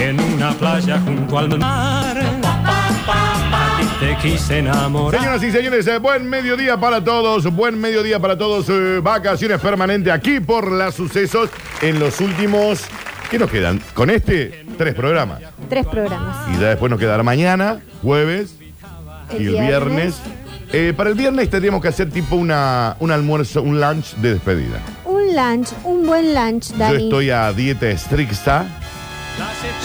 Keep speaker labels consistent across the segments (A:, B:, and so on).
A: en una playa junto al mar. Te quise enamorar.
B: Señoras y señores, eh, buen mediodía para todos, buen mediodía para todos, eh, vacaciones permanentes aquí por las sucesos en los últimos, ¿qué nos quedan? Con este, tres programas.
C: Tres programas.
B: Y ya después nos quedará mañana, jueves y el viernes. Eh, para el viernes tendríamos que hacer tipo una, un almuerzo, un lunch de despedida.
C: Un lunch, un buen lunch, Dani.
B: Yo estoy a dieta estricta.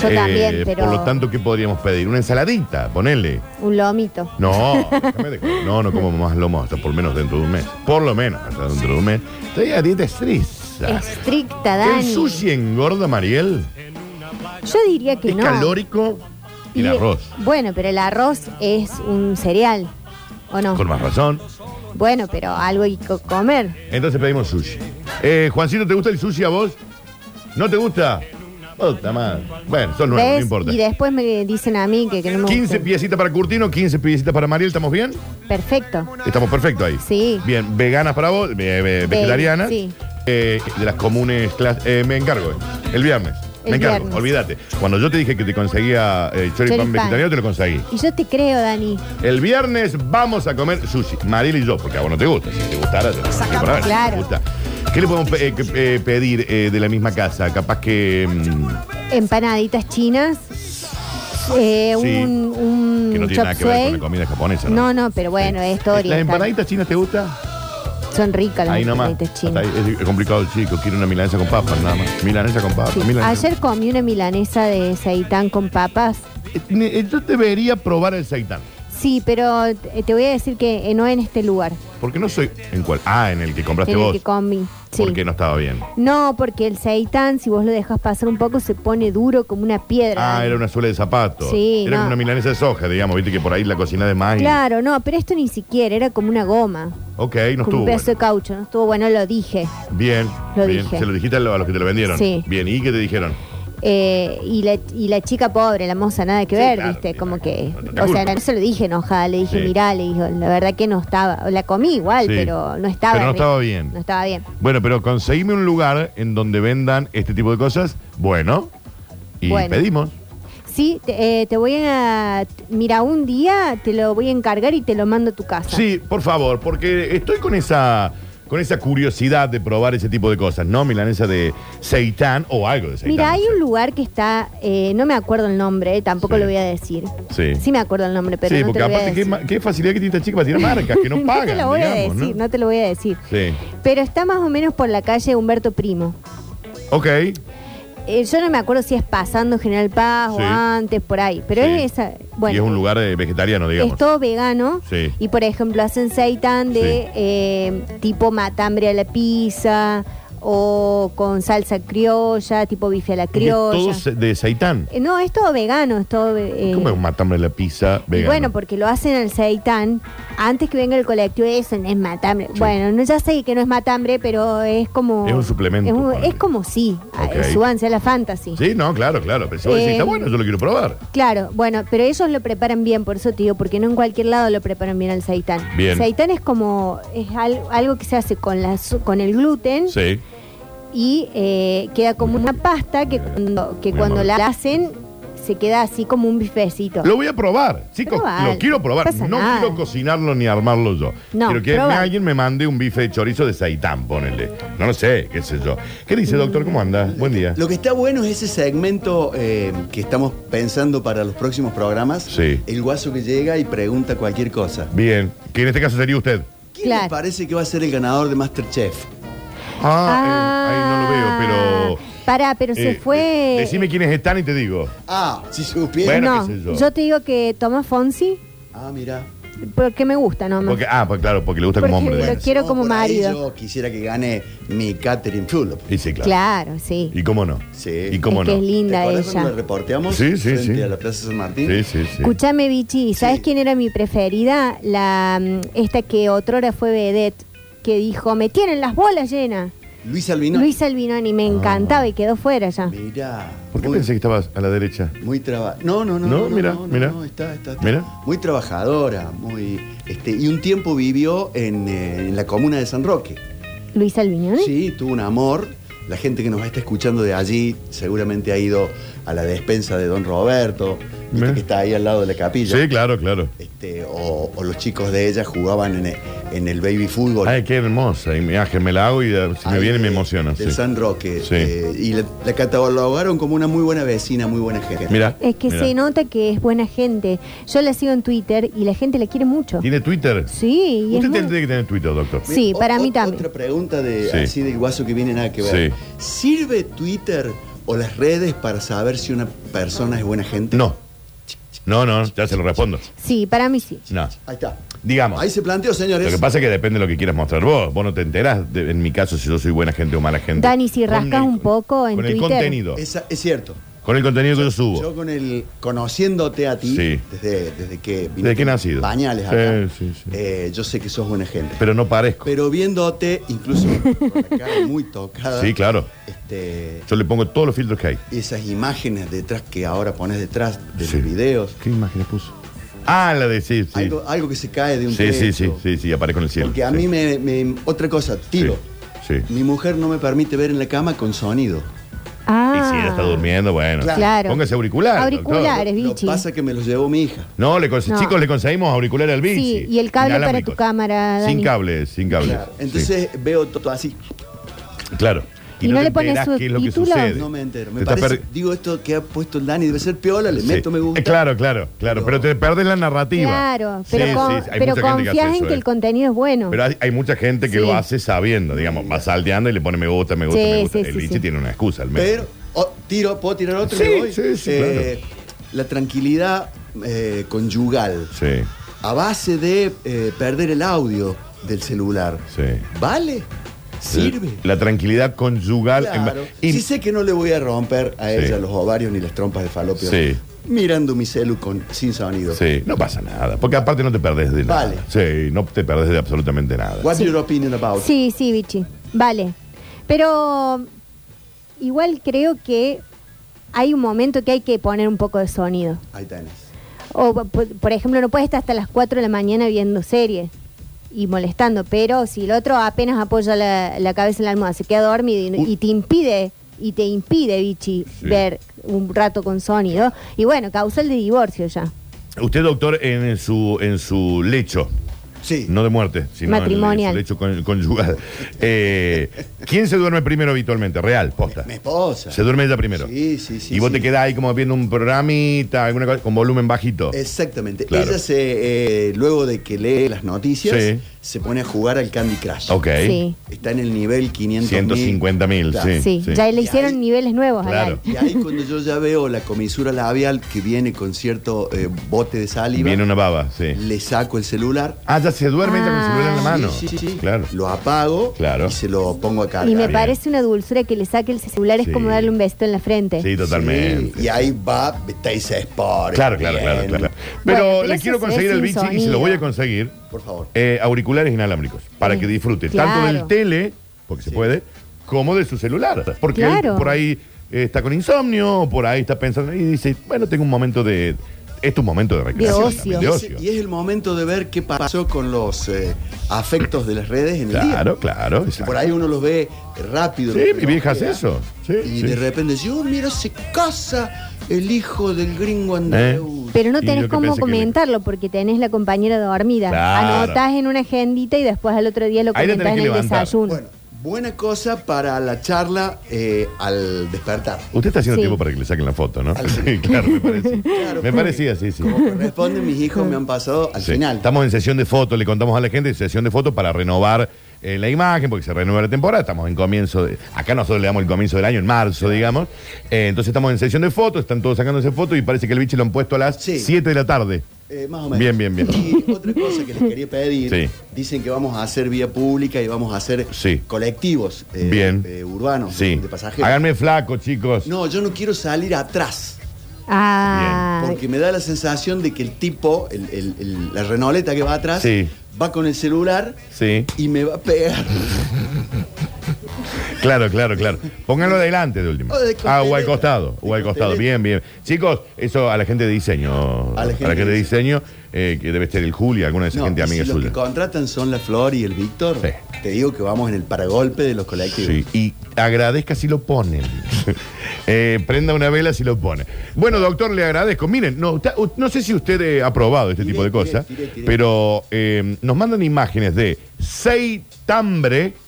C: Yo
B: eh,
C: también, pero
B: Por lo tanto, ¿qué podríamos pedir? Una ensaladita, ponele.
C: un lomito.
B: No, déjame de joder. no, no como más lomo, hasta por lo menos dentro de un mes. Por lo menos, hasta dentro de un mes. Estoy a dieta estricta.
C: Estricta, Dani.
B: ¿El sushi engorda, Mariel?
C: Yo diría que
B: ¿Es
C: no.
B: calórico? Y el
C: Y-
B: arroz.
C: Bueno, pero el arroz es un cereal, ¿o no?
B: Con más razón.
C: Bueno, pero algo hay que comer.
B: Entonces pedimos sushi. Eh, Juancito, ¿te gusta el sushi a vos? ¿No te gusta? Puta madre. Bueno, son nuevos, no
C: ¿Ves?
B: importa.
C: Y después me dicen a mí que, que no me
B: 15
C: gusta.
B: piecitas para Curtino, 15 piecitas para Mariel, ¿estamos bien?
C: Perfecto.
B: Estamos perfecto ahí.
C: Sí.
B: Bien, veganas para vos, eh, eh, vegetarianas.
C: sí.
B: Eh, de las comunes clas- eh, me encargo, eh, el viernes.
C: El
B: me encargo,
C: viernes.
B: olvídate. Cuando yo te dije que te conseguía eh, choripán
C: Choripán.
B: vegetariano, te lo conseguí.
C: Y yo te creo, Dani.
B: El viernes vamos a comer sushi, Mariel y yo, porque a vos no te gusta. Si te gustara, te lo conseguí para ver, si te
C: Claro.
B: gusta. ¿Qué le podemos pe- eh, que- eh, pedir eh, de la misma casa? Capaz que, mm,
C: Empanaditas chinas. eh,
B: Sí.
C: Un, un
B: que no tiene
C: Mm, chop
B: nada que ver con la
C: suey.
B: comida japonesa.
C: No,
B: No,
C: no, pero bueno,
B: Sí.
C: es todo
B: ¿Las
C: oriental.
B: empanaditas chinas te gustan?
C: Son ricas las
B: Ahí nomás.
C: empanaditas
B: Hasta
C: chinas.
B: ahí. Es complicado el chico, quiere una milanesa con papas, nada más. Milanesa con papas.
C: Sí.
B: milanesa.
C: Ayer comí una milanesa de seitán con papas.
B: Eh, ne- eh, Yo debería probar el seitán.
C: Sí, pero eh, te voy a decir que eh, no en este lugar,
B: Porque no soy. ¿En cuál? Ah, en el que compraste
C: en el
B: vos.
C: que comí. Sí.
B: Porque no estaba bien.
C: No, porque el seitán, si vos lo dejas pasar un poco, se pone duro como una piedra.
B: Ah, era una suela de zapato.
C: Sí,
B: Era
C: no.
B: una milanesa de soja, digamos, viste que por ahí la cocina de más. y-
C: Claro, no, pero esto ni siquiera, era como una goma,
B: Ok, no
C: como
B: estuvo.
C: un pedazo de
B: bueno.
C: caucho, no estuvo bueno, lo dije.
B: Bien,
C: Lo
B: bien.
C: dije.
B: Se lo dijiste a lo- a los que te lo vendieron.
C: Sí.
B: Bien, ¿y qué te dijeron?
C: Eh, y, la, y la chica pobre, la moza, nada que
B: Sí,
C: ver,
B: claro,
C: viste,
B: sí,
C: como
B: la-
C: que...
B: no te
C: o
B: culpo.
C: sea, no se lo dije enojada, le dije,
B: Sí.
C: mirá, le dijo, la verdad que no estaba, la comí igual,
B: Sí.
C: pero no estaba
B: Pero no
C: rica,
B: estaba bien.
C: No estaba bien.
B: Bueno, pero conseguime un lugar en donde vendan este tipo de cosas. Bueno, y
C: Bueno.
B: pedimos.
C: Sí, te, eh, te voy a... Mira, un día te lo voy a encargar y te lo mando a tu casa.
B: Sí, por favor, porque estoy con esa con esa curiosidad de probar ese tipo de cosas, ¿no? Milanesa de seitán o algo de seitán.
C: Mira,
B: no
C: hay
B: sé.
C: un lugar que está, eh, no me acuerdo el nombre, eh, tampoco
B: Sí.
C: lo voy a decir.
B: Sí.
C: Sí me acuerdo el nombre, pero
B: sí,
C: no
B: porque
C: te lo voy a
B: aparte, ¿qué,
C: decir.
B: ma- qué facilidad que tiene esta chica para tirar marcas, que no
C: no te
B: pagan.
C: lo voy a
B: digamos,
C: decir, ¿no? te lo voy a decir.
B: Sí.
C: Pero está más o menos por la calle Humberto Primo.
B: Ok.
C: Eh, yo no me acuerdo si es pasando General Paz o
B: Sí.
C: antes, por ahí. Pero
B: Sí.
C: es esa. Bueno,
B: y es un lugar eh, vegetariano, digamos.
C: es todo vegano.
B: Sí.
C: Y por ejemplo, hacen seitan de
B: Sí.
C: eh, tipo matambre a la pizza o con salsa criolla, tipo bife a la
B: Y es
C: criolla.
B: todo se- de seitán.
C: Eh, No, es todo vegano, es todo. eh,
B: ¿Cómo es un matambre la pizza
C: y
B: vegana?
C: bueno, porque lo hacen al seitán antes que venga el colectivo, eso no es matambre. Bueno, no, ya sé que no es matambre, pero es como.
B: Es un suplemento,
C: Es, un-
B: ponele.
C: es como sí,
B: Ok.
C: eh, súbanse a la fantasy.
B: Sí, no, claro, claro. Pero si vos decís,
C: Eh,
B: está bueno, yo lo quiero probar.
C: Claro, bueno, pero ellos lo preparan bien, por eso te digo, porque no en cualquier lado lo preparan bien al seitán.
B: Bien.
C: El seitán es como. es al- algo que se hace con, la, su- con el gluten
B: Sí.
C: y eh, queda como una pasta que cuando, que
B: Muy
C: cuando
B: amable.
C: la hacen se queda así como un bifecito.
B: Lo voy a probar, chicos.
C: Probalo.
B: Lo quiero probar.
C: No pasa
B: No
C: nada.
B: quiero cocinarlo ni armarlo yo.
C: No,
B: quiero que
C: probalo.
B: alguien me mande un bife de chorizo de seitán, ponele. No lo sé, qué sé yo. ¿Qué dice, doctor? ¿Cómo anda? Buen día.
D: Lo que está bueno es ese segmento eh, que estamos pensando para los próximos programas.
B: Sí.
D: El guaso que llega y pregunta cualquier cosa.
B: Bien. Que en este caso sería usted.
D: ¿Quién
C: Claro.
D: le parece que va a ser el ganador de Masterchef?
B: Ah, eh, ahí no lo veo, pero.
C: Pará, pero se
B: eh,
C: fue.
B: eh, decime quiénes están y te digo.
D: Ah, si supiera.
B: Bueno.
C: no,
B: qué sé yo.
C: yo. te digo que Tomás Fonsi,
D: Ah, mira.
C: porque me gusta nomás.
B: Porque, ah, pues claro, porque le gusta como
C: Porque
B: hombre.
C: lo
B: digamos.
C: quiero como
D: por ahí
C: marido.
D: Yo quisiera que gane mi Catherine Fulop.
B: Y sí, claro.
C: claro, sí.
B: ¿Y cómo no?
D: Sí.
B: ¿Y cómo
C: Es que
B: no?
C: es linda
D: ¿Te acordás
C: ella.
D: cuando la reporteamos?
B: Sí, sí,
D: frente
B: sí.
D: a la Plaza San Martín.
B: Sí, sí, sí.
C: Escuchame, Bichi, ¿sabes
D: Sí.
C: quién era mi preferida? La mm, esta que otrora fue vedette, que dijo, me tienen las bolas llenas.
D: Luis Albino.
C: Luis Albinoni, me encantaba y quedó fuera ya.
D: Mira.
B: ¿Por qué pensé que estabas a la derecha?
D: Muy trabajadora. No, no, no.
B: No, mira, mira.
D: está, está, está.
B: Mira.
D: Muy trabajadora, muy. Este, y un tiempo vivió en, eh, en la comuna de San Roque.
C: Luis Albinoni.
D: Sí, tuvo un amor La gente que nos está escuchando de allí seguramente ha ido a la despensa de Don Roberto, viste
B: Bien.
D: que está ahí al lado de la capilla.
B: Sí, claro, claro.
D: Este, o, o los chicos de ella jugaban en el, en el baby fútbol.
B: Ay, qué hermosa imagen, me la hago y eh, si me
D: Ahí
B: viene me
D: de-
B: emociona.
D: Del
B: sí.
D: San Roque.
B: Sí.
D: eh, y la, la catalogaron como una muy buena vecina, muy buena gente.
B: Mira.
C: Es que
B: mira.
C: se nota que es buena gente. Yo la sigo en Twitter y la gente la quiere mucho.
B: ¿Tiene Twitter?
C: Sí, y es
B: Usted
C: muy-
B: tiene que tener Twitter, doctor.
C: Sí. para mí también.
D: Otra pregunta de,
B: Sí.
D: así de guaso que viene nada que ver.
B: Sí.
D: ¿Sirve Twitter o las redes para saber si una persona es buena gente?
B: No. No, no, ya se lo respondo.
C: Sí, para mí sí.
B: No.
D: Ahí está.
B: Digamos.
D: Ahí se planteó, señores.
B: Lo que pasa es que depende de lo que quieras mostrar vos. Vos no te enterás, de- en mi caso, si yo soy buena gente o mala gente.
C: Dani, si rascas un poco en
B: Con el
C: Twitter.
B: contenido.
D: Esa- es cierto.
B: Con el contenido que yo subo.
D: Yo con el conociéndote a ti,
B: Sí.
D: desde, desde que
B: Desde que he nacido.
D: pañales
B: Sí,
D: acá,
B: sí, sí.
D: eh, yo sé que sos buena gente.
B: Pero no parezco.
D: Pero viéndote, incluso con la cara muy tocada,
B: Sí, claro.
D: este,
B: Yo le pongo todos los filtros que hay.
D: esas imágenes detrás que ahora pones detrás de
B: Sí.
D: los videos,
B: ¿Qué imágenes puso? Ah, la de sí, sí.
D: algo, algo que se cae de un
B: sí, sí, sí,
D: techo.
B: sí, sí, aparezco en el cielo.
D: Porque a
B: Sí.
D: mí me, me- Otra cosa, tiro.
B: Sí. sí.
D: Mi mujer no me permite ver en la cama con sonido.
C: Ah.
B: Y si ella está durmiendo, bueno.
C: Claro.
B: Póngase auriculares.
C: Auriculares.
B: doctor.
C: Eres
D: Lo
C: bichi.
D: pasa que me los llevó mi hija.
B: No, le conse-
C: No.
B: chicos, le conseguimos auriculares al bici.
C: Sí, y el cable para
B: Inalámbricos.
C: tu cámara, Dani.
B: Sin cables, sin cables.
D: Claro. Entonces veo todo así.
B: Sí, claro.
C: Y no
B: te
C: le pones
B: enterás
C: su
B: qué es lo que
C: título.
B: sucede.
D: Ah, No me entero. Me
B: Te estás
D: parece,
B: per-
D: digo esto que ha puesto el Dani, debe ser piola, le
B: Sí.
D: meto me gusta.
B: Eh, claro, claro, claro. Pero te perdés la narrativa.
C: Claro,
B: Sí,
C: pero,
B: sí,
C: con-
B: hay mucha
C: pero
B: gente que hace
C: confías en
B: eso,
C: que
B: eh.
C: el contenido es bueno.
B: Pero hay, hay mucha gente que
C: Sí.
B: lo hace sabiendo, digamos, va salteando y le pone me gusta, me gusta,
C: Sí,
B: me gusta.
C: sí,
B: el
C: sí,
B: bici
C: sí.
B: tiene una excusa al menos.
D: Pero, oh, tiro, ¿puedo tirar otro? y
B: Sí,
D: me voy? Eh,
B: sí, sí,
D: La tranquilidad eh, conyugal,
B: Sí,
D: a base de eh, perder el audio del celular,
B: sí.
D: ¿vale? ¿Sirve?
B: La tranquilidad conyugal. en-
D: Claro.
B: y-
D: Si sé que no le voy a romper a
B: Sí.
D: ella los ovarios ni las trompas de falopio,
B: Sí.
D: mirando mi celu con, sin sonido.
B: Sí, no pasa nada. Porque aparte no te perdés de nada.
D: Vale.
B: Sí, no te perdés de absolutamente nada.
D: What's your opinion about?
C: Sí, sí, Vichy. Vale. Pero igual creo que hay un momento que hay que poner un poco de sonido.
D: Ahí tenés.
C: O, por, por ejemplo, no puedes estar hasta las 4 de la mañana viendo series y molestando, pero si el otro apenas apoya la, la cabeza en la almohada, se queda dormido y, y te impide, y te impide, Vichy,
B: Sí.
C: ver un rato con sonido. Y bueno, causa el de divorcio ya.
B: Usted, doctor, en su, en su lecho,
D: Sí.
B: no de muerte, sino en-
C: Matrimonial.
B: en su lecho con- conyugal, eh, ¿quién se duerme primero habitualmente? Real, posta.
D: Mi esposa.
B: Se duerme ella primero.
D: Sí, sí, sí,
B: Y vos
D: sí.
B: te quedás ahí como viendo un programita, alguna cosa, con volumen bajito.
D: Exactamente.
B: Claro.
D: Ella se, eh, luego de que lee las noticias,
B: Sí.
D: se pone a jugar al Candy Crush.
B: Ok.
C: Sí.
D: Está en el nivel 500
B: 150.000,
C: Sí,
B: Sí, sí.
C: ya le
D: Y
C: hicieron
D: ahí-
C: niveles nuevos. al
B: Claro.
C: aire.
D: Y ahí cuando yo ya veo la comisura labial que viene con cierto eh, bote de saliva,
B: Viene una baba, sí.
D: le saco el celular,
B: Ah, ya se duerme ella con el celular en la
C: Ah.
B: mano.
D: Sí, sí, sí, sí.
B: Claro.
D: lo apago
B: Claro.
D: y se lo pongo a cargar.
C: Y me
B: Ah, bien.
C: parece una dulzura que le saque el celular,
B: Sí.
C: es como darle un besito en la frente.
B: Sí, totalmente.
D: Sí, Y ahí va Teis Sport.
B: Claro, claro,
D: Bien.
B: claro, claro.
C: Bueno,
B: Pero
C: pero
B: le
C: eso
B: quiero
C: es
B: conseguir el
C: sin
B: bichi y se lo
C: sonido.
B: voy a conseguir.
D: Por favor.
B: eh, auriculares inalámbricos para
C: Sí,
B: que disfrute tanto
C: claro.
B: del tele, porque se puede, como de su celular. Porque él
C: Claro.
B: por ahí eh, está con insomnio, por ahí está pensando y dice, bueno, tengo un momento de... Es tu momento de recreación.
C: ocio.
B: también,
D: Y
B: de
D: es,
B: ocio.
D: y es el momento de ver qué pasó con los eh, afectos de las redes en el día.
B: Claro, claro. exacto.
D: Por ahí uno los ve rápido.
B: Sí,
D: los
B: mi vieja hace
D: relojea,
B: eso. Sí,
D: y
B: sí.
D: de repente, yo, mira, se casa el hijo del gringo andaluz.
C: Pero no
B: Y lo
C: tenés
B: que
C: cómo
B: pensé que le-
C: comentarlo porque tenés la compañera dormida.
B: Claro.
C: Anotás en una agendita y después al otro día lo
B: Ahí la tenés
C: comentás en
B: que
C: el
B: levantar.
C: desayuno.
D: Bueno, buena cosa para la charla eh, al despertar.
B: Usted está haciendo
C: Sí.
B: tiempo para que le saquen la foto, ¿no? Sí, claro, me parecía.
D: Claro,
B: me
D: porque-
B: parecía, sí, sí.
D: Como corresponde, mis hijos me han pasado al
B: Sí.
D: final.
B: Estamos en sesión de fotos, le contamos a la gente, sesión de fotos para renovar eh, la imagen, porque se renueva la temporada, estamos en comienzo, de, acá nosotros le damos el comienzo del año, en marzo, digamos. Eh, entonces estamos en sesión de fotos, están todos sacándose fotos y parece que el bicho lo han puesto a las
D: Sí.
B: 7 de la tarde.
D: Eh, más o menos.
B: Bien, bien, bien.
D: Y otra cosa que les quería pedir,
B: Sí.
D: dicen que vamos a hacer vía pública y vamos a hacer
B: Sí.
D: colectivos eh,
B: Bien.
D: eh, urbanos
B: Sí.
D: de pasajeros.
B: Háganme flaco, chicos.
D: No, yo no quiero salir atrás,
C: Ah,
D: porque me da la sensación de que el tipo, el- el- el- la renoleta que va atrás,
B: Sí.
D: va con el celular
B: Sí.
D: y me va a pegar.
B: Claro, claro, claro. Pónganlo adelante de último.
D: O de
B: Ah, o al
D: costeleta.
B: costado. O
D: De
B: al costado.
D: costeleta.
B: Bien, bien. Chicos, eso a la gente de diseño. A la gente, de diseño, eh, que debe ser el Julio, alguna de esas
D: No,
B: gente
D: y
B: amiga
D: si
B: suya.
D: Los que contratan son la Flor y el Víctor.
B: Sí.
D: Te digo que vamos en el paragolpe de los colectivos.
B: Sí, y agradezca si lo ponen. Eh, prenda una vela si lo pone. Bueno, doctor, le agradezco. Miren, no, ta- u- no sé si usted eh, ha probado este
D: Tiré,
B: tipo de
D: tiré,
B: cosas,
D: tiré, tiré.
B: pero eh, nos mandan imágenes de seitambre.
D: Ah,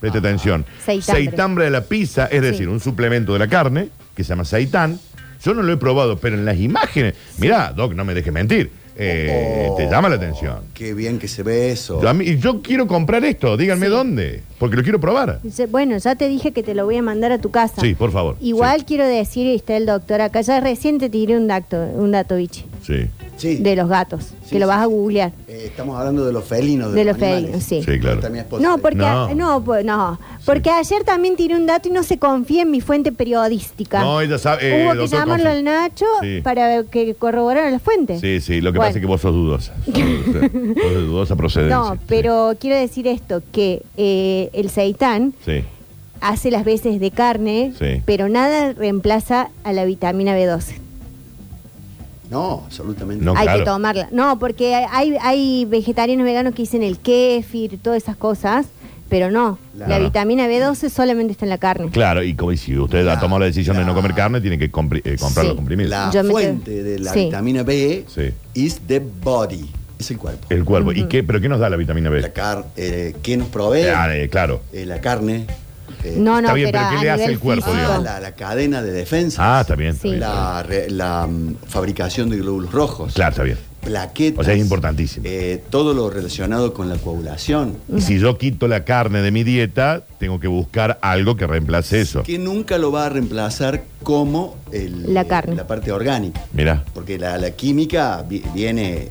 B: Preste atención.
C: Seitambre.
B: Seitambre de la pizza, es decir, un suplemento de la carne que se llama seitán. Yo no lo he probado, pero en las imágenes. Mirá, Doc, no me deje mentir. Eh,
D: Oh,
B: Te llama la atención.
D: Qué bien que se ve eso.
B: Yo, a mí- y yo quiero comprar esto, díganme dónde, porque lo quiero probar.
C: Dice, Bueno, ya te dije que te lo voy a mandar a tu casa.
B: Sí, por favor.
C: Igual
B: Sí.
C: quiero decir, y está el doctor acá, ya recién te tiré un dato, un dato, bichi,
B: Sí.
D: Sí.
C: de los gatos,
D: Sí,
C: que lo
D: sí,
C: vas a
D: sí.
C: googlear.
D: Eh, estamos hablando de los felinos.
C: De los
D: animales.
C: felinos, sí.
B: Sí, claro.
D: Está mi esposa.
C: No, porque,
B: No.
C: a- no, pues, no. porque ayer también tiré un dato y no se confía en mi fuente periodística.
B: No, ella sabe. eh,
C: Hubo que
B: doctor,
C: llamarlo
B: confía.
C: al Nacho
B: Sí.
C: para que corroborara la fuente.
B: Sí, sí, lo que pasa es que vos sos dudosa. Sos dudosa, sos de dudosa procedencia.
C: No, pero quiero decir esto, que eh, el seitán
B: Sí.
C: hace las veces de carne,
B: Sí.
C: pero nada reemplaza a la vitamina B12.
D: No, absolutamente. Ah,
B: No.
C: hay
B: claro.
C: que tomarla. No, porque hay, hay vegetarianos veganos que dicen el kéfir, todas esas cosas, pero no.
D: La-
C: La vitamina B12 solamente está en la carne.
B: Claro, y como y si usted ha
D: Claro,
B: tomado la decisión de no
D: claro.
B: comer carne, tiene que compri- eh, comprar los
C: Sí.
B: comprimidos.
D: La
C: Yo me
D: fuente
C: quedo-
D: de la
C: Sí.
D: vitamina B
B: Sí.
D: is the body. Es el cuerpo.
B: El cuerpo. ¿Y qué? ¿Pero qué nos da la vitamina B?
D: La car eh, ¿Qué nos provee?
B: Ah, eh, claro.
D: Eh, la carne. eh,
C: No, no,
B: Está bien, pero
C: a
B: ¿qué le hace
C: nivel
B: el cuerpo,
D: ah,
C: físico.
B: digamos?
D: la, la cadena de defensa.
B: Ah, está bien. está
C: Sí.
B: bien, está bien.
D: La, re- la, mm, fabricación de glóbulos rojos.
B: Claro, está bien.
D: Plaquetas.
B: O sea, es importantísimo.
D: eh, todo lo relacionado con la coagulación.
B: Y si yo quito la carne de mi dieta, tengo que buscar algo que reemplace eso.
D: Que nunca lo va a reemplazar como el-
C: La carne.
D: la parte orgánica.
B: Mirá.
D: Porque la, la química vi- viene,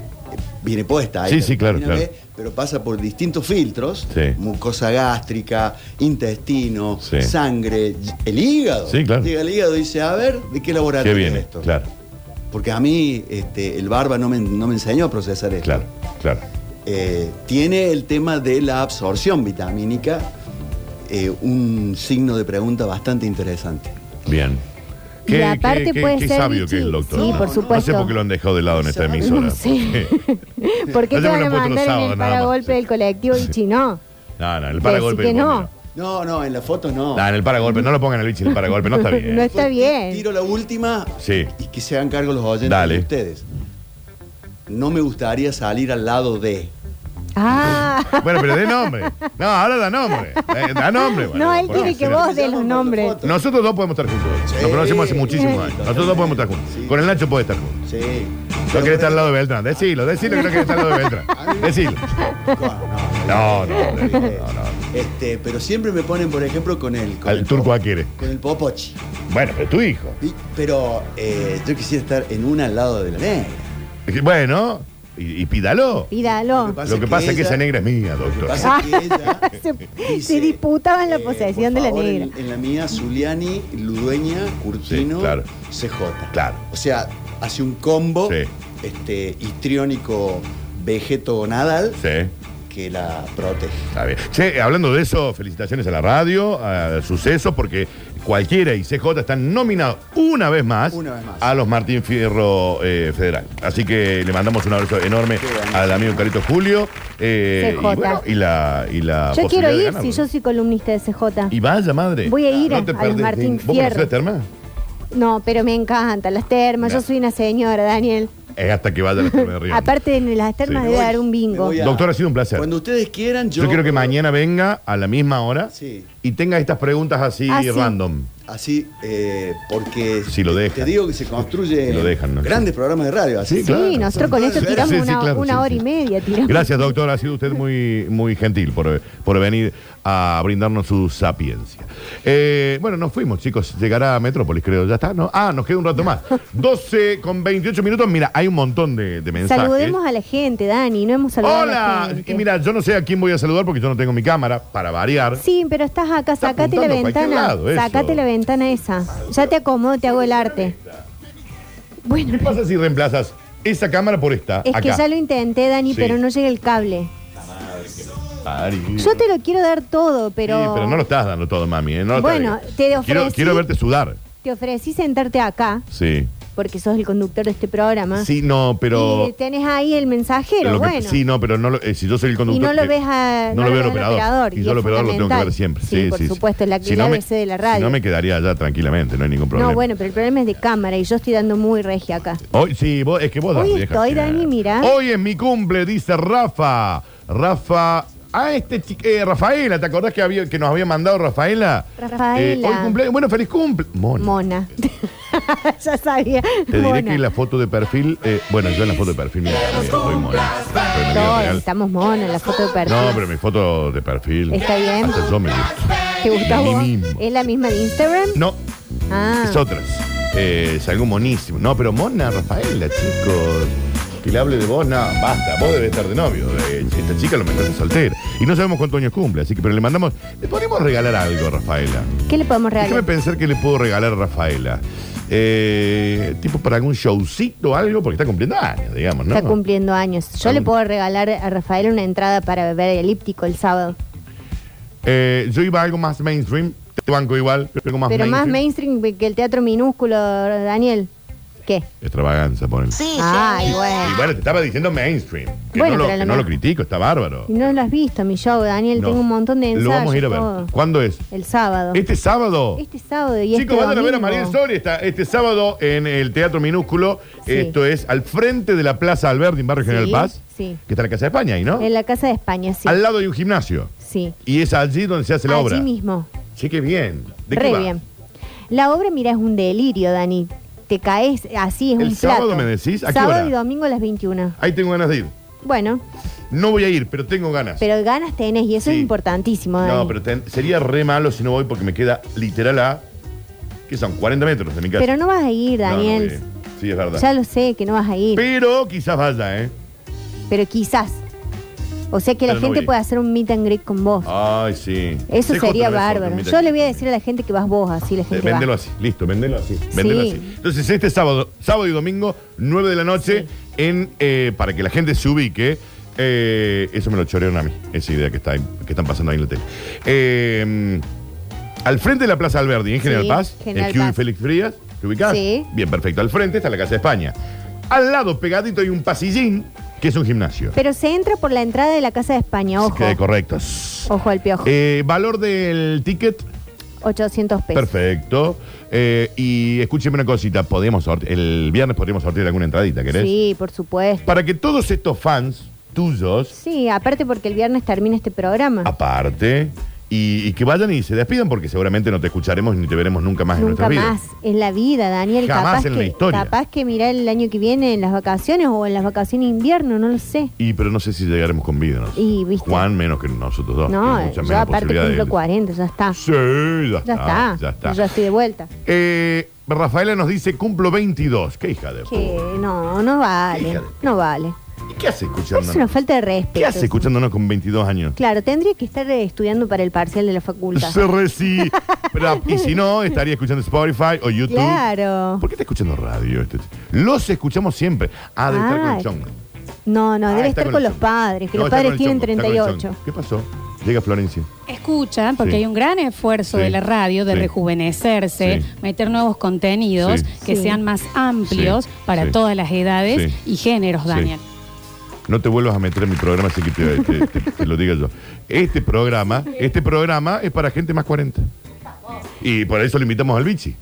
D: viene puesta. ahí,
B: Sí,
D: la
B: sí, claro,
D: vitamina
B: claro.
D: B, pero pasa por distintos filtros.
B: Sí.
D: Mucosa gástrica, intestino,
B: Sí.
D: sangre, el hígado.
B: Sí, claro.
D: Llega el hígado y dice, a ver, ¿de qué laboratorio
B: ¿Qué
D: es
B: viene?
D: esto?
B: Claro,
D: Porque a mí este, el barba no me, no me enseñó a procesar esto.
B: claro, claro.
D: Eh, tiene el tema de la absorción vitamínica, eh, un signo de pregunta bastante interesante.
B: Bien.
C: Y aparte puede
B: qué
C: ser,
B: sabio
C: Vichy.
B: que es el doctor.
C: Sí,
B: ¿no?
C: por
B: No sé
C: supuesto.
B: por qué lo han dejado de lado en esta
D: No
B: emisora.
C: sé. ¿Por qué
B: No te
C: te van
B: lo
C: a
B: han puesto
C: mandar
B: los
C: en
B: sábados, nada
C: el
B: más.
C: paragolpe del colectivo y no?
B: No, no, en el
C: Decí
B: paragolpe.
C: que
B: igual
C: no.
B: no.
D: No, no, en las fotos no.
B: No, Ah, en el paragolpe. No lo pongan el bicho en el paragolpe. No está bien.
C: No está bien.
D: Tiro la última
B: Sí.
D: y que se hagan cargo los oyentes
B: Dale.
D: de ustedes. No me gustaría salir al lado de.
C: Ah,
B: Bueno, pero dé nombre. No, ahora da nombre. Eh, Da nombre. bueno,
C: no, él
B: por
C: tiene
B: favor,
C: que
B: sí,
C: vos de los
D: Llamo por la
C: nombres.
D: foto.
B: Nosotros dos podemos estar juntos.
D: Sí.
B: Nos conocemos hace muchísimos
D: Sí.
B: años. Nosotros dos podemos estar juntos.
D: Sí.
B: Con el Nacho puede estar juntos.
D: Sí.
B: No quiere estar al lado de Beltrán. Decilo, decilo que no quiere estar al lado de Beltrán. Decilo. No, no, no, no, no.
D: Este, pero siempre me ponen, por ejemplo, con el. Con
B: Al
D: el
B: turco
D: po-
B: Aquere.
D: Con el popochi.
B: Bueno, pero tu hijo.
D: Y- Pero eh, yo quisiera estar en una al lado de la negra.
B: Bueno, y, y pídalo.
C: Pídalo.
B: Lo que pasa es que
D: ella-
B: esa negra es mía, doctor.
D: Pasa que ella
C: se,
D: dice,
C: se disputaban la
D: eh,
C: posesión
D: por
C: de la
D: favor,
C: negra.
D: En, en la mía, Zuliani, Ludueña, Curtino,
B: Sí, claro.
D: CJ.
B: Claro.
D: O sea, hace un combo
B: Sí.
D: este, histriónico Vegeto Nadal
B: Sí.
D: que la protege.
B: Está bien. Che, hablando de eso, felicitaciones a la radio, a Suceso, porque cualquiera y CJ están nominados una vez más,
D: Una vez más.
B: a los Martín Fierro eh, Federal. Así que le mandamos un abrazo enorme
D: Qué bueno.
B: al amigo Carito Julio. eh, y,
C: CJ.
B: bueno, y la, y la
C: Yo quiero
B: posibilidad de
C: ir
B: ganarlo.
C: si yo soy columnista de CJ.
B: Y vaya, madre.
C: Voy a ir
B: no
C: a-
B: te
C: a los
B: perdés de-
C: Martín
B: ¿Vos conocés
C: Fierro.
B: las termas?
C: No, pero me encantan las termas.
B: Nah.
C: Yo soy una señora, Daniel.
B: Es hasta que vaya a las termas de Río.
C: Aparte de las termas
B: Sí.
C: debe
D: Voy,
C: dar un
D: me
C: bingo.
D: voy a-
B: Doctor, ha sido un placer.
D: Cuando ustedes quieran, yo.
B: Yo quiero que mañana venga a la misma hora
D: Sí.
B: y tenga estas preguntas así
C: Ah, sí.
B: random.
D: Así, eh, porque
B: Si lo
D: te-
B: dejan.
D: te digo que se construyen
B: Lo dejan, ¿no?
D: grandes programas de radio. Así
B: Sí,
C: Sí,
B: claro.
C: nosotros con esto
D: Sí,
C: tiramos
B: sí,
C: una,
B: claro,
C: una
B: sí,
C: hora
B: sí.
C: y media. Tiramos.
B: Gracias, doctor. Ha sido usted muy, muy gentil por, por venir a brindarnos su sapiencia. Eh, bueno, nos fuimos, chicos. Llegará a Metrópolis, creo. Ya está, ¿no? Ah, nos queda un rato más. 12 con 28 minutos. Mira, hay un montón de, de mensajes.
C: Saludemos a la gente, Dani. No hemos saludado a la
B: Hola.
C: gente.
B: Y mira, yo no sé a quién voy a saludar porque yo no tengo mi cámara, para variar.
C: Sí, pero estás acá,
B: Está
C: sacate la
B: apuntando a cualquier
C: ventana.
B: lado, eso.
C: sacate la ventana esa. Ya te acomodo, te hago el arte. Bueno,
B: ¿Qué pasa si reemplazas esa cámara por esta?
C: es
B: acá?
C: que ya lo intenté, Dani,
B: Sí.
C: pero no llega el cable.
B: parió.
C: Yo te lo quiero dar todo, pero.
B: Sí, pero no lo estás dando todo, mami. ¿eh? No lo
C: Bueno,
B: estás-
C: te
B: quiero,
C: ofrecí-
B: quiero verte sudar.
C: Te ofrecí sentarte acá,
B: Sí.
C: porque sos el conductor de este programa.
B: Sí, no, pero.
C: Y tenés ahí el mensajero,
B: lo que-
C: bueno.
B: sí, no, pero no lo- eh, si yo soy el conductor.
C: Y no lo
B: eh,
C: ves a-
B: no lo veo al operador. Y
C: y
B: yo al
C: es
B: operador lo tengo que ver
C: fundamental.
B: siempre. Sí,
C: Sí, por
B: sí,
C: supuesto, es la-
B: Si
C: el
B: no me-
C: ABC de la
B: Si no
C: radio.
B: me quedaría allá tranquilamente, no hay ningún problema.
C: No, bueno, pero el problema es de cámara y yo estoy dando muy regia acá.
B: Hoy sí, vos, es que vos das
C: Hoy
B: vieja
C: estoy,
B: fiera.
C: Dani, mirá.
B: Hoy es mi cumple, dice Rafa. Rafa. Ah, este chi- eh, Rafaela, ¿te acordás que, había, que nos había mandado Rafaela?
C: Rafaela.
B: Eh, hoy cumple. Bueno, feliz cumple. Mona.
C: Mona. ya sabía.
B: Te diré
C: Mona.
B: que la foto de perfil. eh, bueno, yo en la foto de perfil, mira, estoy mona. Estoy en la vida
C: Todos
B: real.
C: estamos mona en la foto de perfil.
B: No, pero mi foto de perfil.
C: Está bien.
B: Hasta yo me gusto.
C: ¿Te gusta
B: a mí
C: vos?
B: mismo.
C: ¿Es la misma de Instagram?
B: No,
C: Ah.
B: es otras. Eh, es algo monísimo. No, pero mona, Rafaela, chicos. Que le hable de vos, no, basta. Vos debes estar de novio. Eh, Esta chica a lo mejor es soltera. Y no sabemos cuántos años cumple, así que, pero le mandamos. Le podemos regalar algo, Rafaela.
C: ¿Qué le podemos
B: Déjame
C: regalar?
B: pensar que le puedo regalar a Rafaela. Eh, tipo para algún showcito o algo, porque está cumpliendo años, digamos, ¿no?
C: Está cumpliendo años. Yo le
B: Algún-
C: puedo regalar a Rafael una entrada para beber elíptico el sábado.
B: Eh, yo iba a algo más mainstream. Te banco igual, pero algo más
C: Pero más
B: mainstream.
C: mainstream que el teatro minúsculo, Daniel. ¿Qué?
B: Extravaganza, ponen.
C: Ay, bueno.
B: Y bueno, te estaba diciendo mainstream. Que,
C: Bueno,
B: no, lo,
C: pero a lo
B: que no lo
C: mejor-
B: critico, está bárbaro.
C: Y no lo has visto, mi show, Daniel.
B: No.
C: Tengo un montón de ensayos.
B: Lo vamos a ir a ver.
C: todo.
B: ¿Cuándo es?
C: El sábado.
B: Este sábado.
C: Este sábado y
B: Chicos,
C: este
B: vayan a ver a
C: domingo.
B: María del Sol y está este sábado en el Teatro Minúsculo.
C: Sí.
B: Esto es al frente de la Plaza Alberti, en Barrio
C: Sí,
B: General Paz.
C: sí.
B: Que está la Casa de España ahí, ¿no?
C: En la Casa de España, sí.
B: Al lado de un gimnasio.
C: Sí.
B: Y es allí donde se hace la
C: Allí
B: obra.
C: Ah, mismo.
B: Che, qué bien. ¿De qué
C: Re
B: va?
C: bien. La obra, mira, es un delirio, Dani. Te caes así, es
B: ¿El
C: un plato.
B: sábado me decís? ¿A qué
C: sábado
B: hora?
C: y domingo a las 21.
B: Ahí tengo ganas de ir.
C: Bueno,
B: No voy a ir, pero tengo ganas.
C: pero ganas tenés y eso
B: Sí.
C: es importantísimo, Dani.
B: no, pero ten- sería re malo si no voy porque me queda literal a. ¿Qué son? 40 metros de mi casa.
C: Pero no vas a ir,
B: No, no voy a ir.
C: Daniel.
B: sí, es verdad.
C: ya lo sé que no vas a ir,
B: Pero quizás vaya, ¿eh?
C: pero quizás. O sea que la
B: Pero no
C: gente
B: voy.
C: puede hacer un meet and greet con vos.
B: Ay, sí.
C: Eso
B: CJ
C: sería
B: no es otro,
C: bárbaro.
B: mira.
C: Yo le voy a decir a la gente que vas vos, así la
B: Eh,
C: gente
B: Véndelo
C: va.
B: así, listo, véndelo así. Véndelo
C: Sí.
B: así. Entonces, este sábado, sábado y domingo, 9 de la noche, en eh, para que la gente se ubique. eh, eso me lo chorearon a mí, esa idea que, está ahí- que están pasando ahí en la tele. Eh, al frente de la Plaza Alberdi, en General
C: Sí,
B: Paz,
C: General
B: el Hugo y
C: Paz.
B: Félix Frías, ¿te ubicás?
C: Sí.
B: Bien, perfecto. Al frente está la Casa de España. Al lado, pegadito, hay un pasillín que es un gimnasio.
C: Pero se entra por la entrada de la Casa de España, ojo.
B: Que correcto.
C: Ojo al piojo.
B: Eh, valor del ticket,
C: 800 pesos.
B: perfecto. Eh, y escúcheme una cosita, podemos sorte- el viernes podríamos sortear alguna entradita, ¿querés?
C: Sí, por supuesto.
B: Para que todos estos fans tuyos,
C: Sí, aparte porque el viernes termina este programa.
B: Ah, aparte, y, y que vayan y se despidan, porque seguramente no te escucharemos ni te veremos nunca más en nuestra
C: Nunca
B: vida.
C: más en la vida, Daniel.
B: Jamás
C: capaz
B: en la
C: que,
B: historia.
C: Capaz que mirá el año que viene en las vacaciones o en las vacaciones de invierno, no lo sé.
B: Y pero no sé si llegaremos con vida, ¿no?
C: Y, ¿viste?
B: Juan menos que nosotros dos.
C: No,
B: que hay
C: yo
B: mucha menos
C: aparte
B: posibilidad de-
C: cumplo 40, ya está.
B: Sí, ya,
C: Ya
B: está,
C: está.
B: Ya está.
C: Yo estoy de vuelta.
B: Eh, Rafaela nos dice, cumplo 22. Qué hija de...
C: Que no, no vale.
B: Fíjate.
C: No vale.
B: ¿Y ¿Qué hace
C: Es una
B: escuchándonos?
C: falta de respeto.
B: ¿Qué hace
C: eso.
B: escuchándonos con 22 años?
C: Claro, tendría que estar eh, estudiando para el parcial de la facultad.
B: Se reci- Pero, y si no, estaría escuchando Spotify o YouTube.
C: Claro.
B: ¿Por qué está escuchando radio? este? Los escuchamos siempre. Ah, debe estar con el
C: Ah,
B: chongo.
C: No, no,
B: Ah,
C: debe
B: está
C: estar
B: con
C: con,
B: el
C: los
B: chongo.
C: padres, que
B: No,
C: los
B: está con
C: padres
B: el
C: tienen
B: chongo, está con el
C: 38.
B: chongo. ¿Qué pasó? Llega Florencia.
E: Escuchan, porque
B: Sí.
E: hay un gran esfuerzo
B: Sí.
E: de la radio de
B: Sí.
E: rejuvenecerse,
B: Sí.
E: meter nuevos contenidos
B: Sí.
E: que
C: Sí.
E: sean más amplios
B: Sí.
E: para
B: Sí.
E: todas las edades
B: Sí.
E: y géneros,
B: Sí.
E: Daniel.
B: No te vuelvas a meter en mi programa, así que te, te- te- te lo diga yo. Este programa, este programa es para gente más 40. Y por eso lo invitamos al bichi.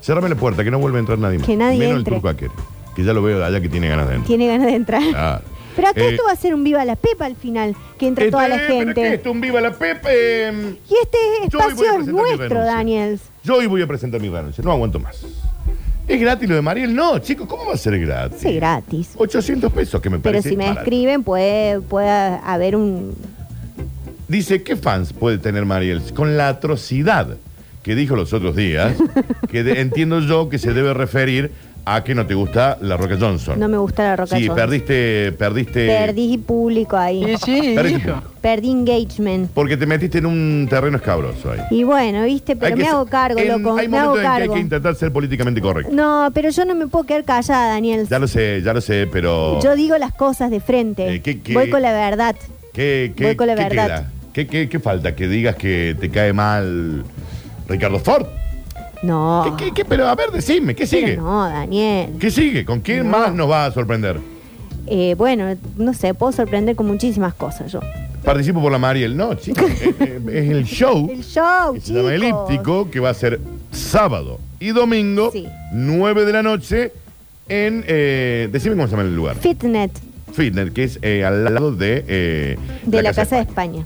B: Cerrame la puerta, que no vuelva a entrar nadie más.
C: Que nadie
B: Menos
C: entre.
B: el turco aquel, que ya lo veo de allá que tiene ganas de entrar.
C: Tiene ganas de entrar.
B: Claro.
C: Pero acá
B: Eh,
C: esto va a ser un viva la pepa al final, que entra toda la
B: Este, pero que
C: gente.
B: esto, un viva la Pepe. em,
C: Y este
B: Yo hoy voy a
C: espacio es
B: presentar mi
C: nuestro,
B: renuncia.
C: Daniels.
B: Yo hoy voy a presentar mi renuncia, no aguanto más. ¿Es gratis lo de Mariel? No, chicos, ¿cómo va a ser gratis?
C: Sí, gratis.
B: 800 pesos que me
C: Pero
B: parece
C: si me
B: barato.
C: escriben, puede, puede haber un.
B: Dice, ¿qué fans puede tener Mariel? Con la atrocidad que dijo los otros días, que de- entiendo yo que se debe referir a que no te gusta la Roca Johnson.
C: No me gusta la roca
B: Sí, Eh,
C: Johnson.
B: perdiste, perdiste...
C: Perdí público ahí.
B: perdiste punto.
C: Perdí engagement.
B: Porque te metiste en un terreno escabroso ahí.
C: Y bueno, viste, pero
B: Hay que
C: me
B: ser-
C: hago cargo,
B: en-
C: loco.
B: Hay
C: Me hago
B: momentos en que hay
C: cargo.
B: que intentar ser políticamente correcto.
C: No, pero yo no me puedo quedar callada, Daniel.
B: Ya lo sé, ya lo sé, pero...
C: Yo digo las cosas de frente.
B: Eh, ¿qué- qué?
C: Voy con la verdad.
B: ¿Qué, qué,
C: Voy con la
B: qué
C: verdad.
B: queda? ¿Qué, qué, qué falta? ¿Que digas que te cae mal Ricardo Ford?
C: No.
B: ¿Qué, qué, qué? Pero a ver, decime, ¿qué
C: Pero
B: sigue?
C: No, Daniel.
B: ¿Qué sigue? ¿Con quién
C: No.
B: más nos va a sorprender?
C: Eh, bueno, no sé, puedo sorprender con muchísimas cosas yo.
B: Participo por la Mariel. No, chicos. eh, eh, es el show.
C: El show,
B: que se llama
C: chicos.
B: Elíptico, que va a ser sábado y domingo,
C: Sí.
B: 9 de la noche, en. eh, decime cómo se llama el lugar.
C: Fitnet
B: Fitness, que es eh, al lado de. eh,
C: de la, Casa de España.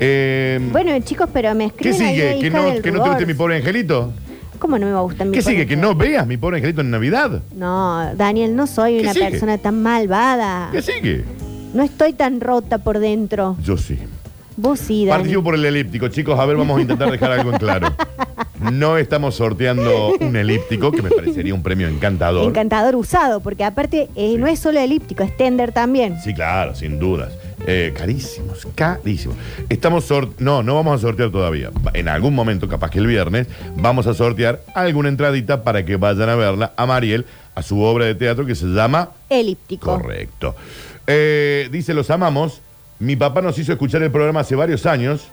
B: Eh,
C: Bueno, chicos, pero me
B: ¿Qué
C: escriben ahí
B: sigue?
C: a
B: ¿Que
C: hija
B: no,
C: del
B: que no te guste
C: Rudolf.
B: mi pobre angelito?
C: ¿Cómo no me va a gustar mi
B: ¿Qué sigue?
C: pobre
B: ¿Que no
C: angelito?
B: veas mi pobre angelito en Navidad?
C: No, Daniel, no soy
B: ¿Qué
C: una
B: sigue?
C: persona tan malvada.
B: ¿Qué sigue?
C: No estoy tan rota por dentro.
B: Yo sí.
C: Vos sí,
B: Participo
C: Daniel.
B: por el elíptico, chicos. A ver, vamos a intentar dejar algo en claro. No estamos sorteando un elíptico, que me parecería un premio encantador.
C: Encantador usado, porque aparte eh, no es solo elíptico, es tender también.
B: Sí, claro, sin dudas. Eh, carísimos, carísimos. Estamos sor- no, no vamos a sortear todavía. Va- En algún momento, capaz que el viernes, vamos a sortear alguna entradita para que vayan a verla a Mariel a su obra de teatro que se llama
C: Elíptico.
B: Correcto. Eh, dice, los amamos. Mi papá nos hizo escuchar el programa hace varios años.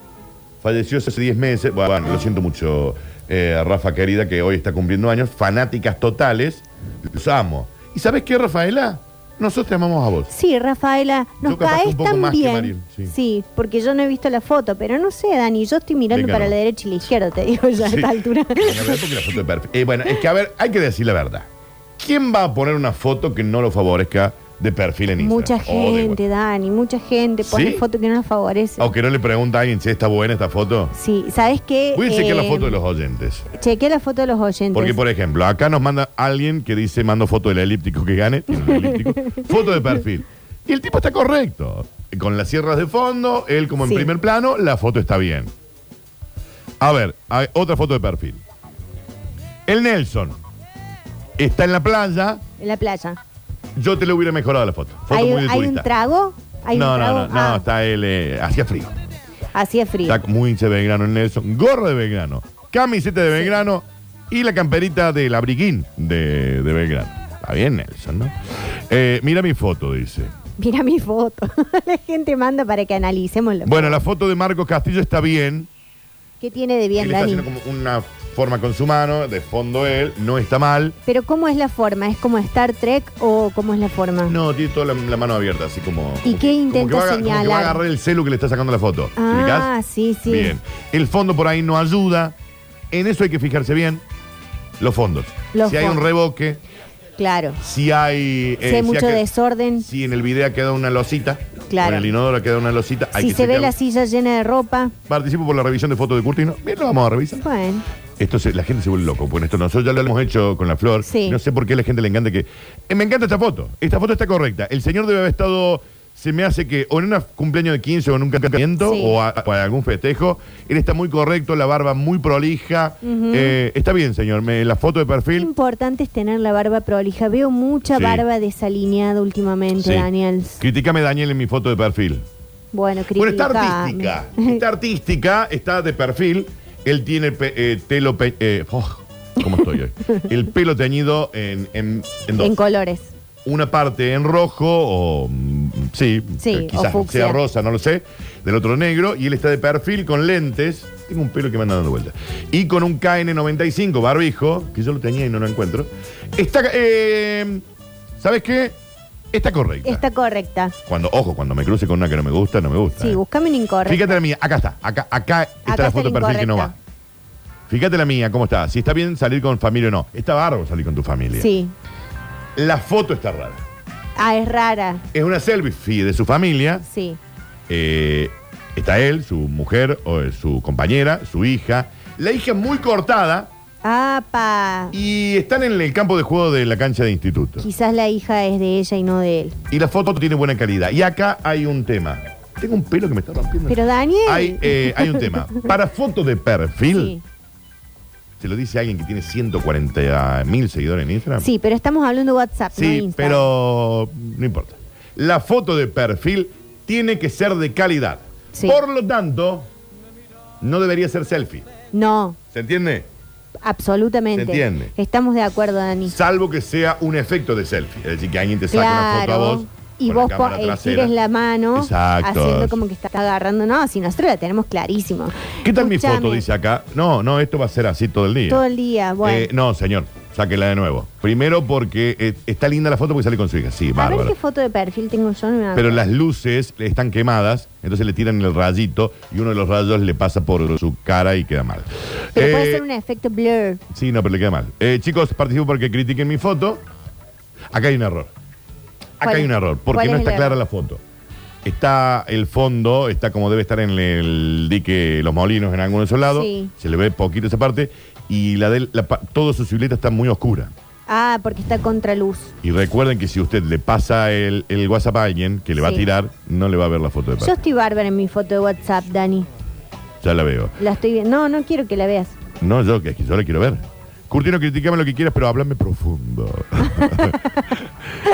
B: Falleció hace 10 meses. Bueno, lo siento mucho, eh, Rafa querida, que hoy está cumpliendo años. Fanáticas totales. Los amo. ¿Y sabes qué, Rafaela? Nosotros te amamos a vos.
C: Sí, Rafaela, nos
B: Yo capaz
C: caes
B: un poco
C: tan
B: más que
C: bien.
B: Mario, sí.
C: sí. porque yo no he visto la foto, pero no sé, Dani, yo estoy mirando
B: Venga,
C: para
B: no.
C: la derecha y la izquierda, te digo ya
B: Sí.
C: a esta altura.
B: Bueno, a ver, porque la foto es perfil. Eh, bueno, es que a ver, hay que decir la verdad. ¿Quién va a poner una foto que no lo favorezca de perfil en
C: Mucha
B: Instagram? Oh, O de-
C: gente, Dani, mucha gente pone
B: ¿Sí?
C: foto que no nos favorece.
B: Aunque no le pregunta a alguien si está buena esta foto.
C: Sí, ¿sabes qué?
B: Voy a chequear la
C: Eh,
B: foto de los oyentes.
C: Chequea la foto de los oyentes.
B: Porque, por ejemplo, acá nos manda alguien que dice, mando foto del elíptico que gane, tiene un elíptico, foto de perfil. Y el tipo está correcto. Con las sierras de fondo, él como en
C: Sí.
B: primer plano, la foto está bien. A ver, hay otra foto de perfil. El Nelson está en la playa,
C: En la playa.
B: yo te lo hubiera mejorado la foto. Foto
C: ¿Hay,
B: muy de
C: hay un
B: turista.
C: trago? ¿Hay
B: no,
C: un
B: no,
C: trago?
B: no, no,
C: Ah,
B: está él, eh, hacía frío.
C: Así es frío.
B: Está muy hincha de Belgrano el Nelson, gorro de Belgrano, camiseta de Belgrano y la camperita del abriguín de, de Belgrano. Está bien, Nelson, ¿no? Eh, mira mi foto, dice.
C: Mira mi foto. la gente manda para que analicemos la
B: Bueno, la foto de Marcos Castillo está bien.
C: ¿Qué tiene de bien,
B: él está
C: Dani?
B: haciendo como una forma con su mano, de fondo él, no está mal.
C: Pero ¿cómo es la forma? ¿Es como Star Trek o cómo es la forma?
B: No, tiene toda la, la mano abierta, así como.
C: ¿Y
B: como
C: qué
B: que- como
C: intenta
B: que va a- Como que va a
C: señalar?
B: agarrar el celu que le está sacando la foto. ¿Te
C: Ah,
B: fijas?
C: sí, sí.
B: Bien. El fondo por ahí no ayuda. En eso hay que fijarse bien. Los fondos.
C: Los
B: si hay un
C: fondos.
B: reboque,
C: Claro.
B: si hay. eh,
C: si hay mucho
B: ha que-
C: desorden,
B: Si en el video queda una losita.
C: Claro.
B: En el inodoro queda una losita. hay
C: si
B: que
C: se ve
B: chequearlo.
C: la silla llena de ropa,
B: Participo por la revisión de fotos de Curtino. Bien, lo vamos a revisar.
C: bueno,
B: Esto se- la gente se vuelve loco. Bueno, esto nosotros ya lo hemos hecho con la flor.
C: Sí.
B: No sé por qué a la gente le encanta que. Eh, me encanta esta foto. Esta foto está correcta. El señor debe haber estado. Se me hace que o en un cumpleaños de 15 o en un casamiento
C: Sí.
B: o, a- o en algún festejo. Él está muy correcto, la barba muy prolija. Eh, está bien, señor. Me, la foto de
C: lo
B: perfil.
C: importante es tener la barba prolija. Veo mucha
B: Sí.
C: barba desalineada últimamente,
B: Sí.
C: Daniel.
B: Critícame, Daniel, en mi foto de perfil.
C: Bueno,
B: Bueno, está
C: criticame.
B: artística. Está artística, está de perfil. Él tiene pe- eh, telo. pe- eh, oh, ¿Cómo estoy hoy? El pelo teñido en, en, en dos.
C: en colores.
B: una parte en rojo o mm, sí,
C: Sí,
B: eh, quizás
C: o fucsia.
B: sea rosa, no lo sé, del otro negro y él está de perfil con lentes, tengo un pelo que me anda dando vuelta. Y con un KN95 barbijo, que yo lo tenía y no lo encuentro. Está eh, ¿Sabes qué? Está correcta.
C: Está correcta.
B: Cuando ojo, cuando me cruce con una que no me gusta, no me gusta.
C: Sí,
B: eh.
C: buscame un incorrecto.
B: Fíjate la mía, acá está, acá, acá está
C: Acá
B: la
C: está
B: foto de
C: la
B: perfil que no va.
C: incorrecta.
B: Fíjate la mía, cómo está. Si está bien salir con familia o no. Está bárbaro salir con tu familia.
C: Sí.
B: La foto está rara.
C: Ah, es rara.
B: Es una selfie de su familia.
C: Sí.
B: Eh, está él, su mujer, o, eh, su compañera, su hija. La hija muy cortada
C: Apa.
B: y están en el campo de juego de la cancha de instituto.
C: Quizás la hija es de ella y no de él.
B: Y la foto tiene buena calidad. Y acá hay un tema. Tengo un pelo que me está rompiendo.
C: Pero Daniel.
B: hay, eh, hay un tema. Para foto de perfil,
C: sí.
B: se lo dice alguien que tiene 140 mil seguidores en Instagram.
C: Sí, pero estamos hablando de WhatsApp, no
B: Sí,
C: Instagram.
B: pero no importa. La foto de perfil tiene que ser de calidad.
C: Sí.
B: Por lo tanto, no debería ser selfie.
C: No,
B: ¿Se entiende?
C: absolutamente.
B: Se entiende.
C: Estamos de acuerdo, Dani.
B: Salvo que sea un efecto de selfie. Es decir, que alguien te saca una foto a
C: Claro.
B: vos con
C: y
B: la
C: vos po-
B: cámara
C: eh,
B: trasera.
C: tires la mano
B: Exacto.
C: haciendo como que está agarrando. No, si nosotros la tenemos clarísimo.
B: ¿Qué tal mi foto?
C: Escúchame,
B: Dice acá. No, no, esto va a ser así todo el día.
C: Todo el día, bueno.
B: Eh, no, señor, sáquela de nuevo. Primero porque eh, está linda la foto porque sale con su hija. Sí,
C: a ver
B: bárbaro.
C: qué foto de perfil tengo yo. no me acuerdo.
B: Pero las luces están quemadas, entonces le tiran el rayito y uno de los rayos le pasa por su cara y queda mal.
C: Pero
B: Eh,
C: puede ser un efecto blur.
B: Sí, no, pero le queda mal. Eh, chicos, participo porque critiquen mi foto. Acá hay un error. Acá
C: ¿Cuál
B: hay
C: es?
B: un error,
C: ¿Cuál
B: porque no
C: es el
B: está clara
C: error?
B: la foto. Está el fondo, está como debe estar en el dique Los Molinos en alguno de esos lados.
C: Sí.
B: Se le ve poquito esa parte. Y la de la, pa- toda su silueta está muy oscura.
C: Ah, porque está contra luz.
B: Y recuerden que si usted le pasa el, el WhatsApp a alguien que le va a
C: Sí.
B: tirar, no le va a ver la foto de
C: Yo
B: parte.
C: estoy bárbara en mi foto de WhatsApp, Dani.
B: Ya la veo.
C: La estoy viendo. No, no quiero que la veas.
B: No, yo, que yo la quiero ver. Curtino, criticame lo que quieras, pero háblame profundo.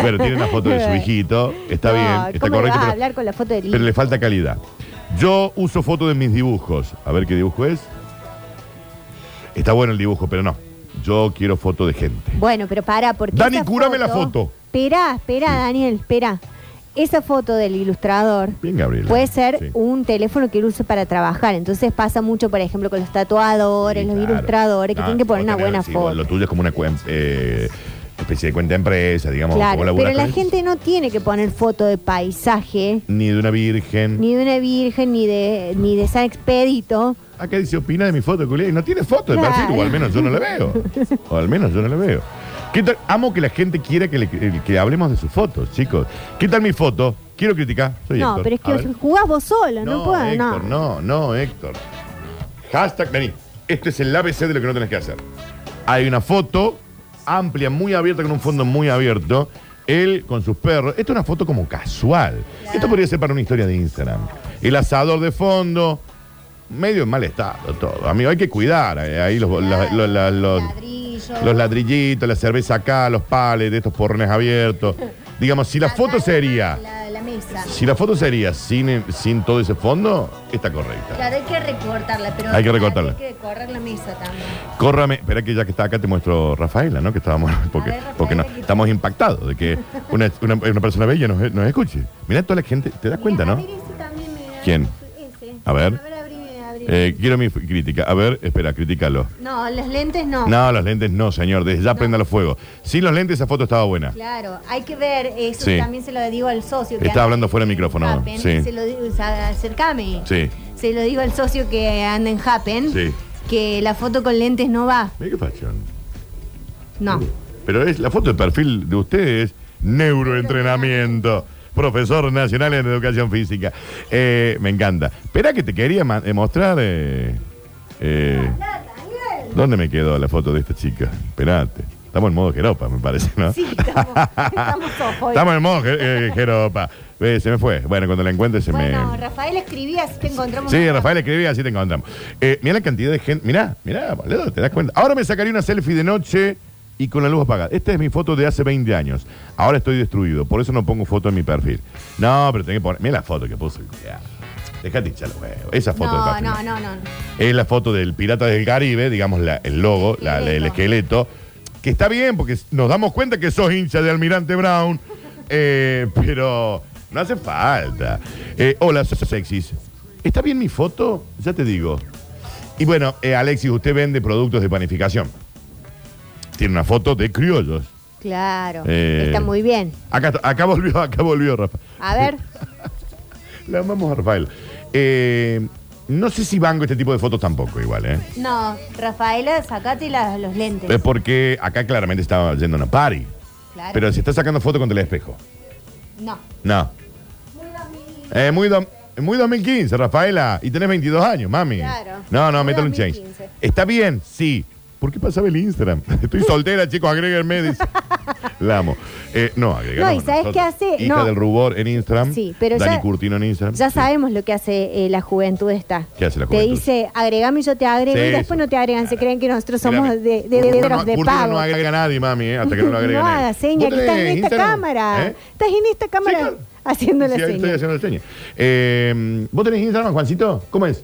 B: bueno, tiene una foto de su hijito. Está
C: No,
B: bien, está
C: ¿cómo
B: correcto.
C: le vas a
B: pero-
C: hablar con la foto del
B: Pero le falta calidad. Yo uso fotos de mis dibujos. A ver qué dibujo es. Está bueno el dibujo, pero no. Yo quiero foto de gente.
C: Bueno, pero para, porque.
B: Dani,
C: esa
B: cúrame la foto.
C: Esperá, esperá, Daniel, esperá. Esa foto del ilustrador
B: Bien, Gabriela.
C: puede ser
B: Sí.
C: un teléfono que él use para trabajar. Entonces pasa mucho, por ejemplo, con los tatuadores,
B: Sí,
C: los
B: claro.
C: ilustradores, que
B: No,
C: tienen que
B: vos
C: poner una
B: tenés-
C: buena
B: sí, vos-
C: foto.
B: Lo tuyo es como una cuen- eh, especie de cuenta de empresa, digamos. como
C: claro,
B: laburás
C: pero la
B: con-
C: gente no tiene que poner foto de paisaje,
B: Ni de una virgen.
C: ni de una virgen, ni de, ni de San Expedito.
B: Acá dice, opina de mi foto, culiá. Y no tiene foto de
C: Claro.
B: perfil, o al menos yo no la veo. O al menos yo no la veo. ¿Qué tal? Amo que la gente quiera que, le- que- que hablemos de sus fotos, chicos. ¿Qué tal mi foto? Quiero criticar. Soy
C: no,
B: Héctor.
C: pero es
B: A
C: que
B: ver.
C: jugás vos solo, no, puedo,
B: Héctor, no,
C: no.
B: no, Héctor. Hashtag, vení. Este es el ABC de lo que no tenés que hacer. Hay una foto amplia, muy abierta, con un fondo muy abierto. Él con sus perros. Esto es una foto como casual. Esto podría ser para una historia de Instagram. El asador de fondo. Medio en mal estado todo. Amigo, hay que cuidar. eh, Ahí los, los- los- los- los-
C: Ladrillo.
B: los ladrillitos, la cerveza acá, los palets, estos porrones abiertos. Digamos, si la foto sería...
C: la mesa.
B: Si la foto sería sin, sin todo ese fondo, está correcta.
C: Claro, hay que recortarla, pero
B: Hay que recortarla.
C: Hay que correr la mesa también.
B: Córrame, espera que ya que está acá te muestro Rafaela, ¿no? Que estábamos, porque,
C: A ver, Rafaela,
B: porque no,
C: ¿qué tal?
B: estamos impactados de que una, una- una persona bella nos, nos escuche. Mira toda la gente, ¿te das cuenta, no? ¿Quién? A ver. A ver, Eh, quiero mi f- crítica. A ver, espera, críticalo.
C: no, los lentes no.
B: No, los lentes no, señor, desde ya prenda los fuego. Sin los lentes esa foto estaba buena.
C: Claro, hay que ver, eso
B: Sí.
C: también se lo digo al socio. que
B: Está
C: anda-
B: hablando fuera de micrófono,
C: en Happen,
B: sí.
C: Se lo digo, o sea, acercame.
B: Sí.
C: Se lo digo al socio que anda en Happen,
B: Sí.
C: que la foto con lentes no va.
B: Mira qué fachón.
C: No.
B: Pero es la foto de perfil de ustedes, neuroentrenamiento, profesor nacional en educación física. Eh, me encanta. Espera que te quería ma- eh, mostrar... eh, eh, ¿Dónde me quedó la foto de esta chica? Esperate. Estamos en modo jeropa, me parece, ¿no?
C: Sí, estamos, estamos ojo.
B: Estamos en modo je- eh, jeropa. Eh, se me fue. Bueno, cuando la encuentre se
C: Bueno,
B: me...
C: Rafael escribía, si te encontramos.
B: Sí,
C: acá.
B: Rafael escribí, así te encontramos. Eh, mira la cantidad de gente. Mirá, mirá, boludo, te das cuenta. Ahora me sacaría una selfie de noche y con la luz apagada. Esta es mi foto de hace 20 años. Ahora estoy destruido, por eso no pongo foto en mi perfil. No, pero tenés que poner. Mira la foto que puse. Ya. Dejate hinchar los huevos. Esa foto de
C: No,
B: perfil.
C: no, no, no. no.
B: Es la foto del Pirata del Caribe, digamos la- el logo, la- la- el esqueleto. Que está bien, porque nos damos cuenta que sos hincha de Almirante Brown, eh, pero no hace falta. Eh, hola, sos sexys. ¿Está bien mi foto? Ya te digo. Y bueno, eh, Alexis, usted vende productos de panificación. Tiene una foto de criollos.
C: Claro,
B: Eh.
C: está muy bien.
B: Acá, está- acá volvió, acá volvió, Rafa.
C: A ver,
B: La amamos a Rafael. Eh, no sé si banco este tipo de fotos tampoco, igual, ¿eh?
C: no, Rafaela, sacate la- los lentes.
B: Es porque acá claramente estaba yendo a una party.
C: Claro.
B: Pero se está sacando foto con el espejo.
C: No.
B: No. Eh, muy, dom- muy 2015, Rafaela. Y tenés 22 años, mami.
C: Claro.
B: No, no,
C: Muy
B: métale un change.
C: 2015.
B: ¿Está bien? Sí. ¿Por qué pasaba el Instagram? Estoy soltera, chicos, agréguenme. dice. La amo. Eh, no, agrega.
C: No, ¿y sabes qué hace?
B: Hija
C: No.
B: del rubor en Instagram.
C: Sí, pero
B: Dani
C: ya-
B: Curtino en Instagram.
C: Ya
B: Sí.
C: sabemos lo que hace eh, la juventud esta.
B: ¿Qué hace la
C: Te
B: juventud?
C: dice, agregame y yo te agrego,
B: Sí,
C: y después
B: sí.
C: no te agregan. Se creen que nosotros somos
B: Mírame.
C: de, de,
B: Curtino
C: de,
B: no,
C: de
B: Curtino
C: pago.
B: no agrega a nadie, mami, eh, hasta que no lo agrega
C: No
B: nadie.
C: hagas seña,
B: ¿Vos
C: que estás en
B: tenés
C: esta
B: Instagram?
C: cámara.
B: ¿Eh?
C: Estás en esta cámara
B: Sí, claro.
C: haciendo la
B: Sí, ahí estoy
C: seña.
B: haciendo la seña. Eh, ¿Vos tenés Instagram, Juancito? ¿Cómo es?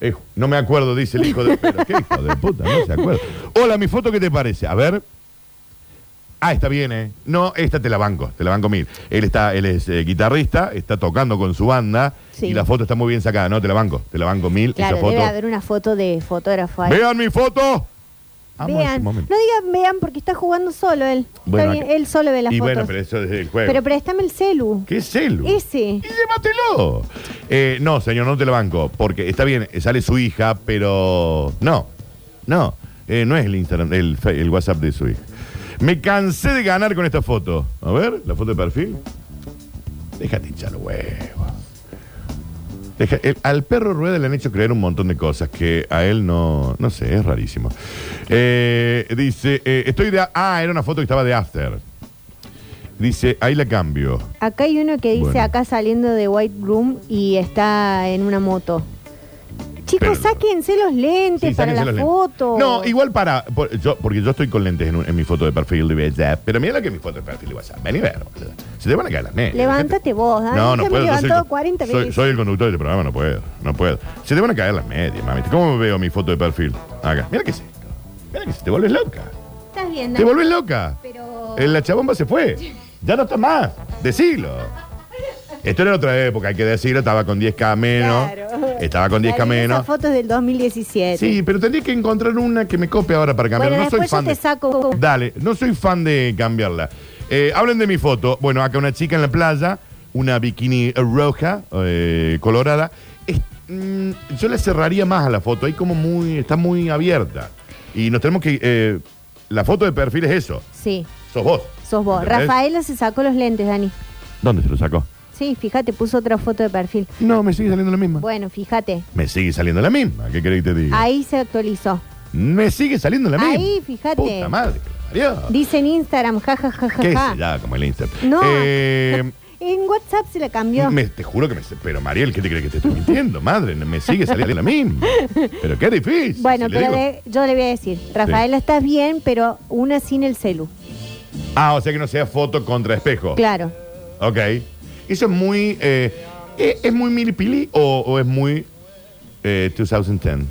B: Eh, no me acuerdo, dice el hijo de... Pero qué hijo de puta, no se acuerda. Hola, mi foto, ¿qué te parece? A ver. Ah, está bien, ¿eh? No, esta te la banco, te la banco mil. Él está, él es eh, guitarrista, está tocando con su banda
C: Sí.
B: y la foto está muy bien sacada. No, te la banco, te la banco mil.
C: Claro,
B: esa foto.
C: debe haber una foto de fotógrafo ahí.
B: ¡Vean mi foto! Amo ese
C: Vean. No
B: momento.
C: digan vean porque está jugando solo él.
B: Bueno,
C: está bien,
B: acá-
C: él solo ve las
B: y
C: fotos.
B: bueno, pero eso desde el juego.
C: Pero préstame el celu.
B: ¿Qué celu?
C: Ese.
B: Y llévatelo. Eh, no, señor, no te lo banco. Porque está bien, eh, sale su hija, pero. No. No. Eh, no es el Instagram, el, fe- el WhatsApp de su hija. Me cansé de ganar con esta foto. A ver, la foto de perfil. Déjate hinchar los huevos. Deja- el- al perro Rueda le han hecho creer un montón de cosas que a él no. No sé, es rarísimo. Eh, dice, eh, estoy de. Ah, era una foto que estaba de After. Dice, ahí la cambio.
C: Acá hay uno que dice
B: Bueno.
C: acá saliendo de White Room y está en una moto. Chicos,
B: Pero-
C: sáquense los lentes
B: Sí,
C: para
B: sáquense
C: la
B: los lentes.
C: foto.
B: No, igual para. por- yo, porque yo estoy con lentes en, un- en mi foto de perfil de WhatsApp. Pero mira lo que es mi foto de perfil de WhatsApp. Vení a ver. boludo. Se te van a caer las nenas.
C: Levántate vos, Dani.
B: No,
C: Yo
B: no
C: me he
B: puedo. yo soy el
C: levantado
B: co-
C: 40
B: soy,
C: veces.
B: soy el conductor de este programa, no puedo. No puedo. Se te van a caer las medias, mami. ¿Cómo veo mi foto de perfil? Acá. Mira qué es esto. Mira que se te vuelves loca.
C: Estás bien,
B: Te
C: Dani.
B: volvés loca.
C: Pero-
B: Eh, La chabomba se fue. Ya no está más. Decilo. Esto era otra época, hay que decirlo. Estaba con 10K menos.
C: Claro.
B: Estaba con 10K
C: Dani,
B: menos.
C: Esa foto es del 2017.
B: Sí, pero tendría que encontrar una que me copie ahora para cambiarla. no
C: Este. Bueno,
B: soy
C: después yo
B: fan
C: te
B: de...
C: saco.
B: Dale, no soy fan de cambiarla. Eh, hablen de mi foto. Bueno, acá una chica en la playa, una bikini roja, eh, colorada. Es- mm, yo la cerraría más a la foto. Ahí como muy, está muy abierta. Y nos tenemos que... eh, la foto de perfil es eso.
C: Sí,
B: Sos vos.
C: sos vos.
B: ¿Entendés?
C: Rafaela se sacó los lentes, Dani.
B: ¿Dónde se lo sacó?
C: Sí, fíjate, puso otra foto de perfil.
B: No, me sigue saliendo la misma.
C: Bueno, fíjate.
B: Me sigue saliendo la misma. ¿Qué querés que te diga?
C: Ahí se actualizó.
B: Me sigue saliendo la misma.
C: Ahí, fíjate.
B: Puta madre. que la parió.
C: Dice en Instagram, jajajaja.
B: ¿Qué es? Ya, como el Instagram.
C: No.
B: Eh,
C: En WhatsApp se la cambió.
B: me- te juro que me. Pero Mariel, ¿qué te crees que te estoy mintiendo? Madre, me sigue saliendo la misma. Pero qué difícil.
C: Bueno,
B: si le
C: pero
B: digo.
C: le- yo le voy a decir, Rafaela, estás bien, pero una sin el celu.
B: Ah, o sea que no sea foto contra espejo.
C: Claro.
B: Ok. Eso es muy. eh, ¿es, es muy milipili o, o es muy. eh, 2010?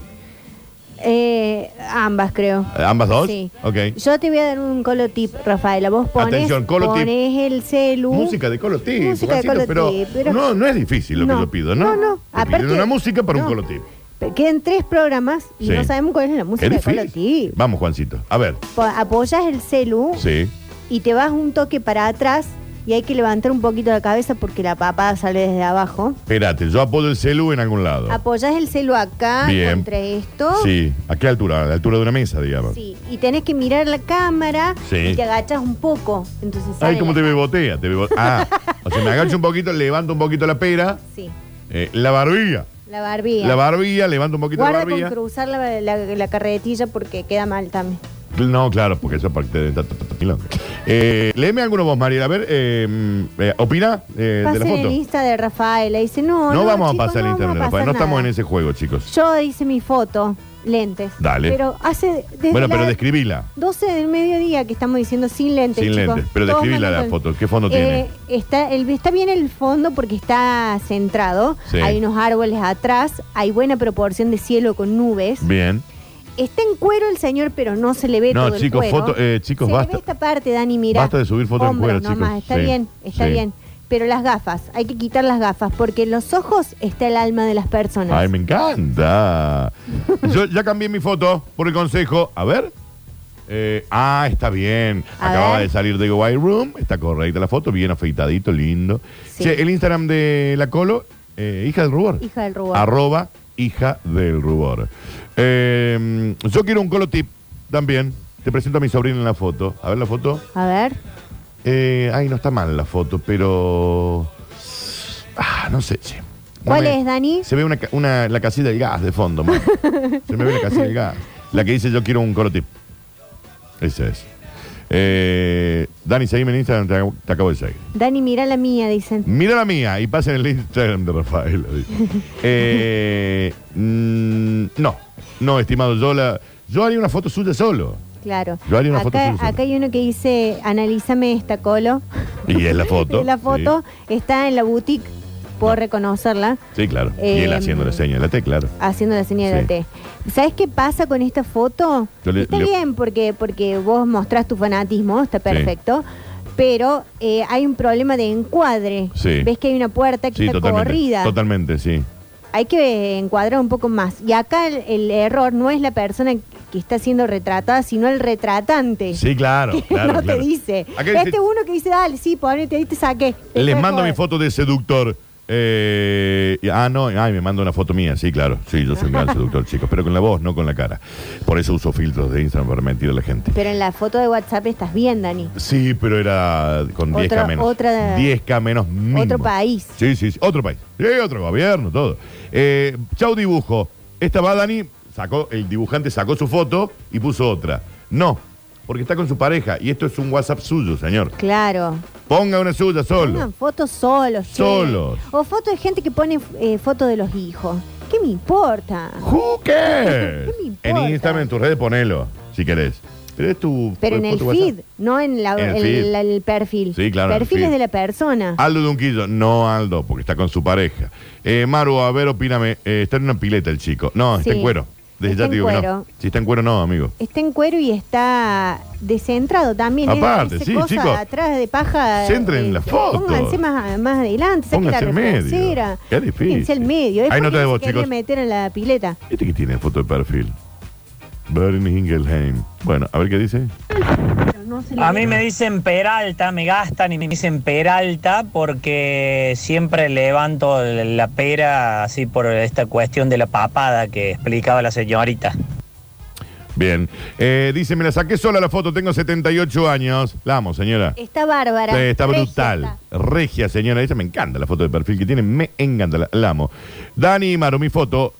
C: Eh, ambas, creo.
B: ¿Ambas dos?
C: Sí.
B: Ok.
C: Yo te voy a dar un colo tip, Rafaela. Vos ponés,
B: Atención, colo tip.
C: ponés el celu.
B: Música de colotip.
C: Música de
B: Juancito, pero,
C: colotip, pero-
B: No, no es difícil lo
C: No,
B: que yo pido, ¿no?
C: no, no.
B: Te
C: Aparte-
B: piden una música para
C: no.
B: un colotip.
C: Pero Quedan tres programas y
B: Sí.
C: no sabemos cuál es la música
B: Qué
C: de
B: difícil.
C: colo tip.
B: Vamos, Juancito. A ver.
C: Po- Apoyas el celu
B: Sí.
C: y te vas un toque para atrás y hay que levantar un poquito la cabeza porque la papada sale desde abajo.
B: Espérate, yo apoyo el celu en algún lado.
C: Apoyas el celu acá
B: Bien.
C: contra esto.
B: Sí, ¿a qué altura? A la altura de una mesa, digamos.
C: Sí, y tenés que mirar la cámara
B: Sí.
C: y te agachas un poco. Entonces
B: Ay,
C: sale
B: como te
C: la-
B: bebotea, te bebo- Ah, o sea, me agacho un poquito, levanto un poquito la pera,
C: Sí,
B: eh, la barbilla,
C: la barbilla.
B: la barbilla, levanto un poquito
C: Guarda
B: la
C: con
B: barbilla.
C: cruzar la, la- la carretilla porque queda mal también.
B: No, claro, porque eso es parte de ta- ta- ta- ta- milonga. Eh, léeme alguno vos, Mariela, a ver, eh, mm, eh, opina eh, de la
C: Pasen
B: foto.
C: el Insta de Rafaela. Dice,
B: No,
C: no, no,
B: vamos
C: chicos,
B: a pasar el
C: no vamos
B: internet,
C: a
B: Rafael, no
C: pasar
B: estamos en
C: nada.
B: ese juego, chicos.
C: Yo hice mi foto, lentes.
B: Dale.
C: Pero hace... desde
B: Bueno, pero
C: las
B: describila.
C: 12 del mediodía que estamos diciendo sin lentes,
B: Sin
C: chicos.
B: lentes, pero
C: Todos
B: describila la
C: mandan con-
B: foto, ¿qué fondo
C: Eh, está, el, está bien el fondo porque está centrado.
B: Sí.
C: Hay unos árboles atrás. Hay buena proporción de cielo con nubes.
B: tiene? Bien.
C: Está en cuero el señor, pero no se le ve
B: No,
C: todo el
B: chicos,
C: cuero.
B: foto- eh, chicos,
C: se
B: basta-
C: Le ve esta parte, Dani, mira.
B: basta de subir fotos en
C: Hombros
B: cuero, chicos.
C: nomás, Está
B: Sí,
C: bien, está
B: sí.
C: bien. Pero las gafas, hay que quitar las gafas porque en los ojos está el alma de las personas.
B: Ay, me encanta. Yo ya cambié mi foto por el consejo. A ver. Eh, ah, está bien.
C: A
B: Acababa
C: ver.
B: de salir de White Room. Está correcta la foto, bien afeitadito, lindo.
C: Sí.
B: Che, el Instagram de la Colo, eh, hija del rubor.
C: Hija del rubor.
B: Arroba hija del rubor. Eh, yo quiero un Colo tip también. Te presento a mi sobrina en la foto. A ver la foto.
C: A ver,
B: Eh, ay, no está mal la foto, pero. Ah, no sé, che. No
C: ¿cuál
B: me-
C: es, Dani?
B: se ve una, ca- una- la casilla del gas de fondo, man. Se me ve la casilla del gas. La que dice yo quiero un corotip. Esa es. Eh, Dani, seguime en Instagram, te, ac- te acabo de seguir.
C: Dani, mira la mía, dicen.
B: Mira la mía y pasen el Instagram de Rafael. dice. Eh, mm, no, no, estimado, yo, la, yo haría una foto suya solo.
C: Claro.
B: Yo haría una foto
C: acá,
B: suya.
C: acá hay uno que dice, analízame esta colo.
B: Y es la foto.
C: la foto está en la boutique. puedo reconocerla.
B: Sí, claro. y él
C: Eh,
B: haciendo la seña de la T, claro.
C: haciendo la señal de
B: Sí.
C: la T. ¿Sabes qué pasa con esta foto?
B: Yo le-
C: está
B: le-
C: bien porque, porque vos mostrás tu fanatismo, está perfecto. Pero eh, hay un problema de encuadre.
B: Sí.
C: Ves que hay una puerta que
B: Sí,
C: está
B: totalmente.
C: corrida.
B: Totalmente, sí.
C: Hay que eh, encuadrar un poco más. Y acá el, el error no es la persona que está siendo retratada, sino el retratante.
B: Sí, claro.
C: Que
B: claro,
C: no
B: claro.
C: te dice.
B: Acá
C: este
B: dice,
C: uno que dice, dale, sí, ponete ahí, te saqué. Te
B: Les
C: fue
B: mando
C: joder.
B: mi foto de seductor. Eh, y- ah, no, ay, me manda una foto mía, sí, claro. Sí, yo soy un gran seductor, chicos, pero con la voz, no con la cara. Por eso uso filtros de Instagram para mentir a la gente.
C: Pero en la foto de WhatsApp estás bien, Dani.
B: Sí, pero era con
C: Otra-
B: 10K menos.
C: otra-
B: 10K menos mínimo.
C: Otro país.
B: Sí, sí, sí, otro país. Sí, otro gobierno, todo. Eh, chau dibujo. Esta va Dani, sacó, el dibujante sacó su foto y puso otra. No, porque está con su pareja y esto es un WhatsApp suyo, señor.
C: Claro.
B: Ponga una suya solo.
C: Pongan fotos solos. che.
B: Solos.
C: O fotos de gente que pone eh, fotos de los hijos. ¿Qué me importa?
B: Who cares?
C: ¿Qué me importa?
B: En Instagram, en tus redes, ponelo, si querés. Pero es tu.
C: Pero en
B: es
C: el
B: tu WhatsApp.
C: feed, no en, la-
B: En el
C: el,
B: feed.
C: la- el perfil.
B: Sí, claro, en el
C: Perfiles
B: feed. Ah.
C: de la persona.
B: Aldo Dunquillo, no Aldo, porque está con su pareja. Eh, Maru, a ver, opíname. Eh, está en una pileta el chico. No, está
C: Sí.
B: en cuero. Desde
C: Está
B: ya
C: en
B: te digo que no.
C: cuero.
B: Si está en cuero, no, amigo.
C: Está en cuero y está descentrado también.
B: Aparte,
C: Esa
B: sí,
C: cosa
B: chicos.
C: Atrás de paja.
B: Centren
C: eh,
B: la foto.
C: Pónganse más, más adelante. saquen la
B: Pónganse en medio.
C: reposera.
B: Qué difícil.
C: Pónganse al medio. Es
B: Ahí no
C: porque
B: te debo,
C: se quería
B: chicos.
C: meter en la pileta.
B: Este que tiene foto de perfil. Bernie Ingelheim. Bueno, a ver qué dice.
F: A mí me dicen Peralta, me gastan y me dicen Peralta porque siempre levanto la pera así por esta cuestión de la papada que explicaba la señorita.
B: Bien. Eh, dice, me la saqué sola la foto, tengo 78 años. La amo, señora.
C: Está bárbara.
B: Sí, está
C: regia
B: brutal.
C: está.
B: Regia, señora. Esa me encanta la foto de perfil que tiene. Me encanta. La, la amo. Dani y Maru, mi foto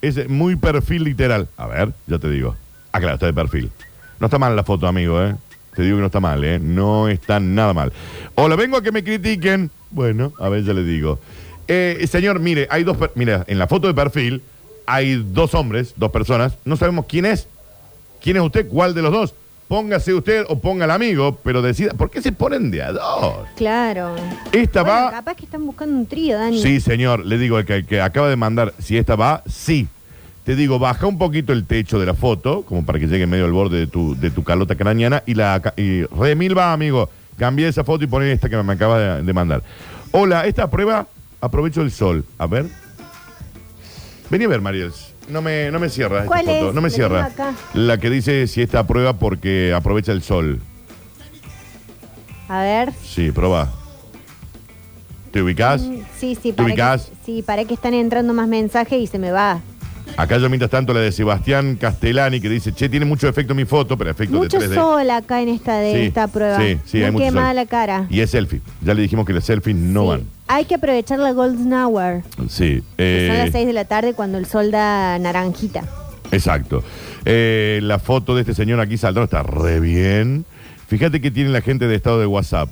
B: es muy perfil literal. A ver, ya te digo. Ah, claro, está de perfil. No está mal la foto, amigo, ¿eh? Te digo que no está mal, ¿eh? No está nada mal. Hola, vengo a que me critiquen. Bueno, a ver, ya le digo. Eh, señor, mire, hay dos... per- Mira, en la foto de perfil hay dos hombres, dos personas. No sabemos quién es. ¿Quién es usted? ¿Cuál de los dos? Póngase usted o ponga al amigo, pero decida, ¿por qué se ponen de a dos?
C: Claro.
B: Esta
C: Bueno,
B: va.
C: Capaz que están buscando un trío, Dani.
B: Sí, señor, le digo al que, al que acaba de mandar, si esta va, sí. Te digo, baja un poquito el techo de la foto, como para que llegue medio al borde de tu, de tu calota craneana, y la ca- y remil va, amigo. Cambié esa foto y poné esta que me acaba de, de mandar. Hola, esta prueba, aprovecho el sol. A ver. Vení a ver, Mariels. No me, no me cierra esta
C: ¿Cuál
B: foto,
C: es?
B: No me
C: La
B: cierra.
C: tengo acá.
B: La que dice si esta prueba porque aprovecha el sol.
C: A ver.
B: Sí, probá. ¿Te ubicás?
C: Mm, Sí, sí,
B: ¿Te
C: para
B: ubicás?
C: que, sí, para que están entrando más mensajes y se me va.
B: Acá yo mientras tanto la de Sebastián Castellani que dice, che, tiene mucho efecto mi foto, pero efecto
C: Mucho
B: de 3D.
C: sol acá en esta de
B: Sí,
C: esta prueba.
B: sí, sí,
C: Me
B: hay mucho
C: quema
B: sol.
C: la cara.
B: Y es selfie. Ya le dijimos que las selfies no
C: Sí.
B: van.
C: Hay que aprovechar la golden hour,
B: Sí.
C: que son
B: eh,
C: las 6 de la tarde cuando el sol da naranjita.
B: Exacto. Eh, la foto de este señor aquí Saldrón está re bien. Fíjate que tiene la gente de estado de WhatsApp.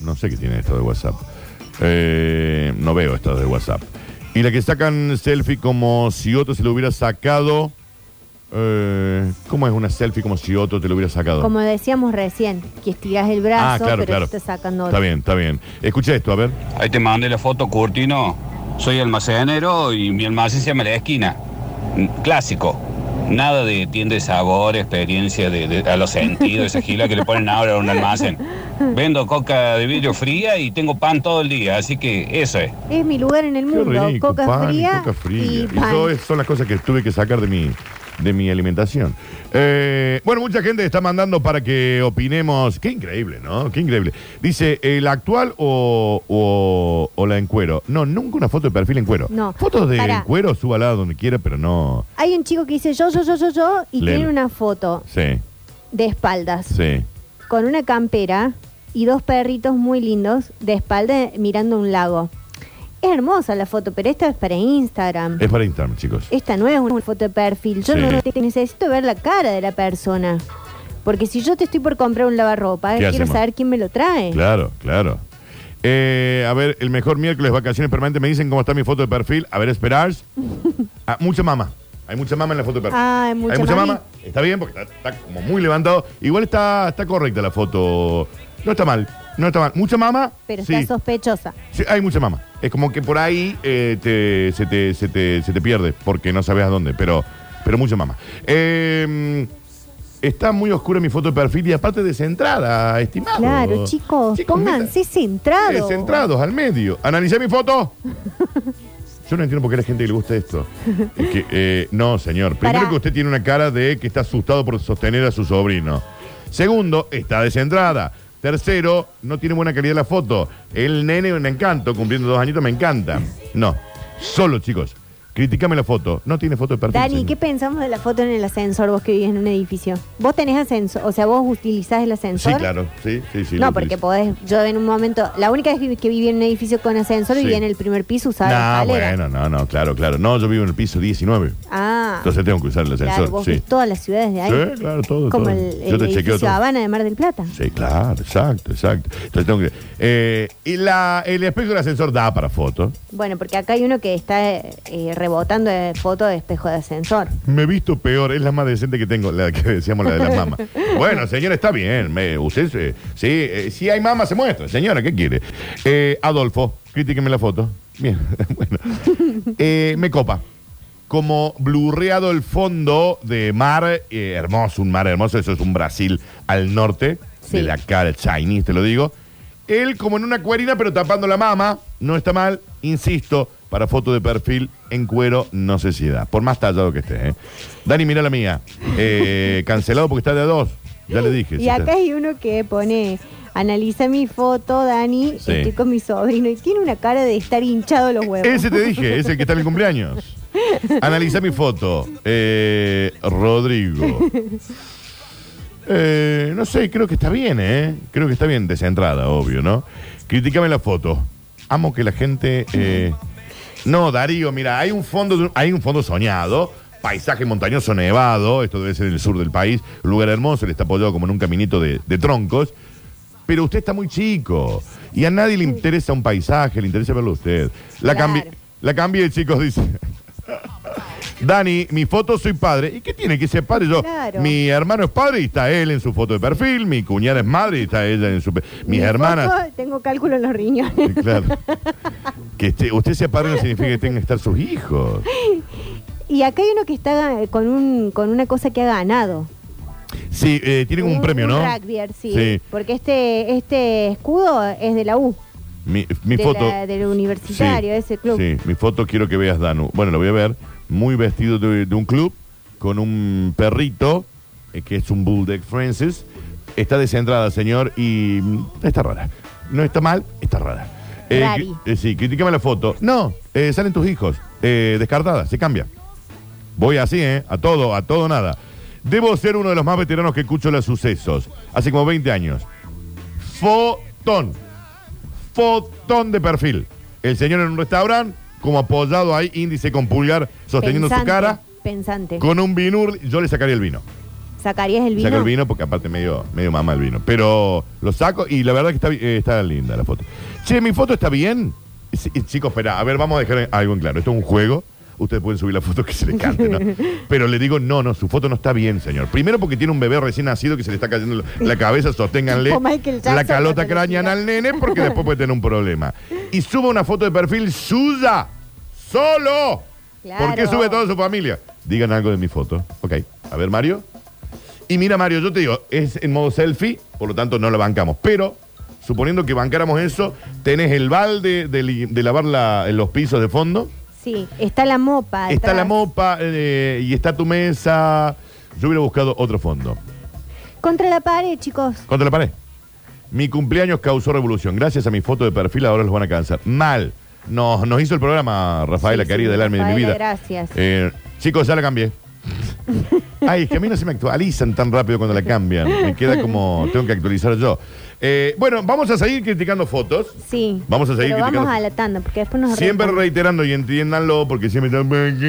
B: No sé qué tiene estado de WhatsApp. Eh, no veo estado de WhatsApp. Y la que sacan selfie como si otro se lo hubiera sacado. eh, ¿Cómo es una selfie como si otro te lo hubiera sacado?
C: Como decíamos recién, que estirás el brazo, pero te está sacando
B: Ah, Está bien, está bien. Escucha esto, a ver.
G: Ahí te mandé la foto, Curtino. Soy almacenero y mi almacén se llama La Esquina. N- Clásico. Nada de tienda de sabor, experiencia de, de- a los sentidos, esa gila que le ponen ahora a un almacén. Vendo coca de vidrio fría y tengo pan todo el día, así que eso es.
C: Es mi lugar en el
B: Qué
C: mundo,
B: rico,
C: coca,
B: pan y
C: fría
B: coca fría.
C: y
B: Y
C: pan.
B: todo eso son las cosas que tuve que sacar de mi, de mi alimentación. Eh, bueno, mucha gente está mandando para que opinemos. Qué increíble, ¿no? Qué increíble. Dice, ¿el actual o, o- o la en cuero? No, nunca una foto de perfil en cuero.
C: No.
B: Fotos de
C: Pará.
B: en cuero, súbala donde quiera, pero no.
C: Hay un chico que dice yo, yo, yo, yo, yo, y
B: Lelo.
C: tiene una foto
B: Sí,
C: de espaldas.
B: sí.
C: con una campera y dos perritos muy lindos de espalda mirando un lago. Es hermosa la foto, pero esta es para Instagram.
B: Es para Instagram, chicos.
C: Esta no es una foto de perfil. Yo
B: Eh. Sí.
C: no te- necesito ver la cara de la persona. Porque si yo te estoy por comprar un lavarropa,
B: ¿Qué
C: quiero
B: hacemos?
C: saber quién me lo trae.
B: Claro, claro. Eh, a ver, el mejor miércoles, vacaciones permanentes. Me dicen cómo está mi foto de perfil. A ver, esperar. Ah, mucha mama. Hay mucha mama en la foto de perfil.
C: Ah, hay mucha mami.
B: mama. Está bien, porque está, está como muy levantado. Igual está, está correcta la foto. No está mal. No está mal. ¿Mucha mamá?
C: pero
B: sí.
C: está sospechosa.
B: Sí, hay mucha mamá. Es como que por ahí eh, te- se, te, se te- se te pierde, porque no sabes a dónde, pero, pero mucha mamá. Eh, está muy oscura mi foto de perfil y aparte descentrada, estimado.
C: Claro, chicos, pónganse
B: meta-
C: centrados.
B: Descentrados al medio. Analicé mi foto. Yo no entiendo por qué a la gente le gusta esto. Es que, eh, no, señor. Primero
C: Pará.
B: que usted tiene una cara de que está asustado por sostener a su sobrino. Segundo, está descentrada. Tercero, no tiene buena calidad la foto. El nene me encanto, cumpliendo dos añitos me encanta. No, solo chicos. Criticame la foto. No tiene foto de perfil.
C: Dani,
B: señor.
C: ¿qué pensamos de la foto en el ascensor vos que vivís en un edificio? Vos tenés ascensor, o sea, vos utilizás el ascensor.
B: Sí, claro. Sí, sí, sí.
C: no,
B: lo
C: porque
B: utilizo.
C: podés, yo en un momento, la única vez que, que viví en un edificio con ascensor
B: Sí.
C: viví en el primer piso, usaba la
B: No,
C: escalera.
B: bueno, no, no, claro, claro. No, yo vivo en el piso 19.
C: Ah,
B: Entonces tengo que usar el
C: claro,
B: ascensor.
C: vos
B: sí.
C: ves todas las ciudades de ahí.
B: Sí, claro, todo,
C: Como
B: todo. Yo
C: el, el
B: te chequeo
C: edificio
B: todo.
C: Habana de Mar del Plata.
B: Sí, claro, exacto, exacto. Entonces tengo que. eh, y la, el espejo del ascensor da para fotos.
C: Bueno, porque acá hay uno que está eh, eh, rebotando eh, foto de espejo de ascensor.
B: Me he visto peor, es la más decente que tengo, la que decíamos, la de las mamas. Bueno, señora, está bien. Me, usted, eh, sí, eh, si hay mamas, se muestra. Señora, ¿qué quiere? Eh, Adolfo, crítiqueme la foto. Bien, bueno. Eh, me copa. Como blurreado el fondo de mar, eh, hermoso, un mar hermoso, eso es un Brasil al norte,
C: Sí.
B: de la cara chinese, te lo digo. Él como en una cuerina, pero tapando la mama, no está mal, insisto, para foto de perfil en cuero, no sé si da, por más tallado que esté. ¿eh? Dani, mira la mía, Eh, cancelado porque está de a dos, ya le dije.
C: Y
B: si
C: acá
B: está-
C: hay uno que pone, analiza mi foto, Dani,
B: Sí.
C: estoy con mi sobrino y tiene una cara de estar hinchado los huevos.
B: Ese te dije, es el que está en mi cumpleaños. Analiza mi foto. Eh, Rodrigo. Eh, no sé, creo que está bien, ¿eh? Creo que está bien, descentrada, obvio, ¿no? Critícame la foto. Amo que la gente... eh, No, Darío, mira, hay un fondo, de un- hay un fondo soñado. Paisaje montañoso nevado, esto debe ser el sur del país, un lugar hermoso, le está apoyado como en un caminito de- de troncos. Pero usted está muy chico y a nadie le interesa un paisaje, le interesa verlo a usted. La,
C: Claro.
B: cambi- la cambié, chicos, dice. Dani, mi foto soy padre. ¿Y qué tiene que ser padre yo?
C: Claro.
B: Mi hermano es padre y está él en su foto de perfil. Mi cuñada es madre y está ella en su... pe- Mis
C: Mi
B: hermanas...
C: foto, tengo cálculo en los riñones.
B: Sí, claro. Que esté- usted sea padre no significa que tengan que estar sus hijos.
C: Y acá hay uno que está eh, con, un, con una cosa que ha ganado.
B: Sí, eh, tienen un, premio, ¿no?
C: rugbyer, sí. Porque este, este escudo es de la U,
B: Mi, mi
C: de
B: foto...
C: la- del universitario,
B: Sí,
C: ese club.
B: Sí, mi foto quiero que veas, Danu. Bueno, lo voy a ver. Muy vestido de, de un club, con un perrito, eh, que es un Bulldog Francis. Está descentrada, señor, y mm, está rara. No está mal, está rara. Eh,
C: Rari.
B: cri- eh, sí, critícame la foto. No, eh, salen tus hijos. Eh, descartada, se cambia. Voy así, ¿eh? A todo, a todo, nada. Debo ser uno de los más veteranos que escucho los sucesos. Hace como 20 años. Fotón. Fotón de perfil. El señor en un restaurante, como apoyado ahí, índice con pulgar, sosteniendo
C: Pensante,
B: su cara.
C: Pensante.
B: Con un vinur, yo le sacaría el vino.
C: ¿Sacarías el vino?
B: Saco el vino porque aparte medio, medio mama el vino. Pero lo saco y la verdad que está, bi- eh, está linda la foto. Che, mi foto está bien. Sí, eh, chicos, espera, a ver, vamos a dejar algo en claro. Esto es un juego. Ustedes pueden subir la foto que se les cante, ¿no? Pero le digo, no, no, su foto no está bien, señor. Primero porque tiene un bebé recién nacido que se le está cayendo la- la cabeza, sosténganle
C: Tipo Michael Jackson,
B: la calota
C: la película.
B: craneana al nene porque después puede tener un problema. Y suba una foto de perfil suya, solo.
C: Claro.
B: ¿Por qué sube toda su familia? Digan algo de mi foto. Ok, a ver, Mario. Y mira, Mario, yo te digo, es en modo selfie, por lo tanto no la bancamos. Pero, suponiendo que bancáramos eso, tenés el balde de, li- de lavar la- los pisos de fondo,
C: Sí, está la mopa.
B: está
C: atrás.
B: la mopa eh, y está tu mesa. Yo hubiera buscado otro fondo.
C: Contra la pared, chicos.
B: Contra la pared. Mi cumpleaños causó revolución. Gracias a mi foto de perfil ahora los van a cansar. Mal. Nos, nos hizo el programa Rafaela,
C: Sí,
B: querida
C: sí,
B: del alma y de mi
C: Rafaela,
B: vida.
C: gracias.
B: Eh, chicos, ya la cambié. Ay, es que a mí no se me actualizan tan rápido cuando la cambian. Me queda como tengo que actualizar yo. Eh, bueno, vamos a seguir criticando fotos.
C: Sí.
B: Vamos a seguir
C: Pero vamos
B: criticando.
C: a la tanda, porque después nos
B: Siempre
C: arrancamos.
B: reiterando y entiéndanlo porque siempre están...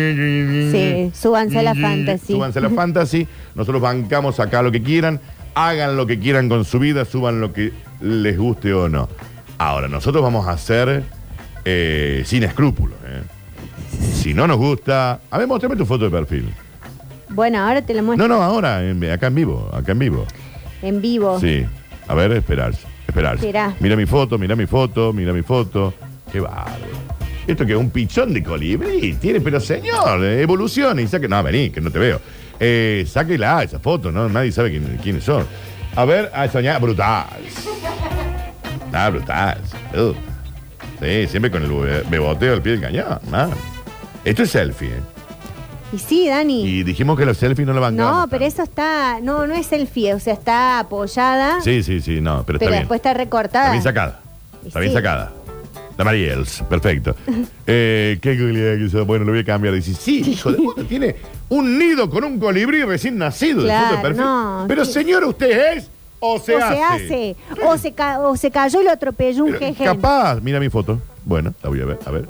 C: Sí, súbanse a la fantasy.
B: Mm, Súbanse a la fantasy. Nosotros bancamos acá lo que quieran. Hagan lo que quieran con su vida. Suban lo que les guste o no. Ahora, nosotros vamos a hacer eh, sin escrúpulos. ¿eh? Si no nos gusta... A ver, mostrame tu foto de perfil.
C: Bueno, ahora te la muestro
B: No, no, ahora. en- acá en vivo. Acá en vivo.
C: en vivo.
B: Sí. A ver, esperar. Esperar.
C: Esperá.
B: Mira mi foto, mira mi foto, mira mi foto. Qué bárbaro. Esto que es un pichón de colibrí. Tiene, pero señor, eh, evolucione y saque. No, vení, que no te veo. Eh, sáquela, esa foto, ¿no? Nadie sabe quién- quiénes son. A ver, a soñar. Brutal. Está brutal. Uh. Sí, siempre con el be- beboteo al pie del cañón, man. Esto es selfie, ¿eh?
C: Y sí, Dani.
B: Y dijimos que los selfies no lo van
C: no, pero eso está. No, no es selfie, o sea, está apoyada,
B: Sí, sí, sí, no, pero,
C: pero
B: está bien.
C: después está recortada.
B: Está bien sacada. Está
C: Y
B: bien
C: Ah. sí.
B: sacada. La Mariels, perfecto. Eh, qué cualidad que hizo. Bueno, lo voy a cambiar. Dice, sí, hijo de puta, tiene un nido con un colibrí recién nacido. de
C: Claro,
B: foto de perfil.
C: no,
B: Pero
C: sí.
B: señora, usted es o se
C: o
B: hace.
C: se hace, o se, ca- o se cayó y lo atropelló un
B: Pero
C: jeje.
B: capaz, mira mi foto. Bueno, la voy a ver, a ver.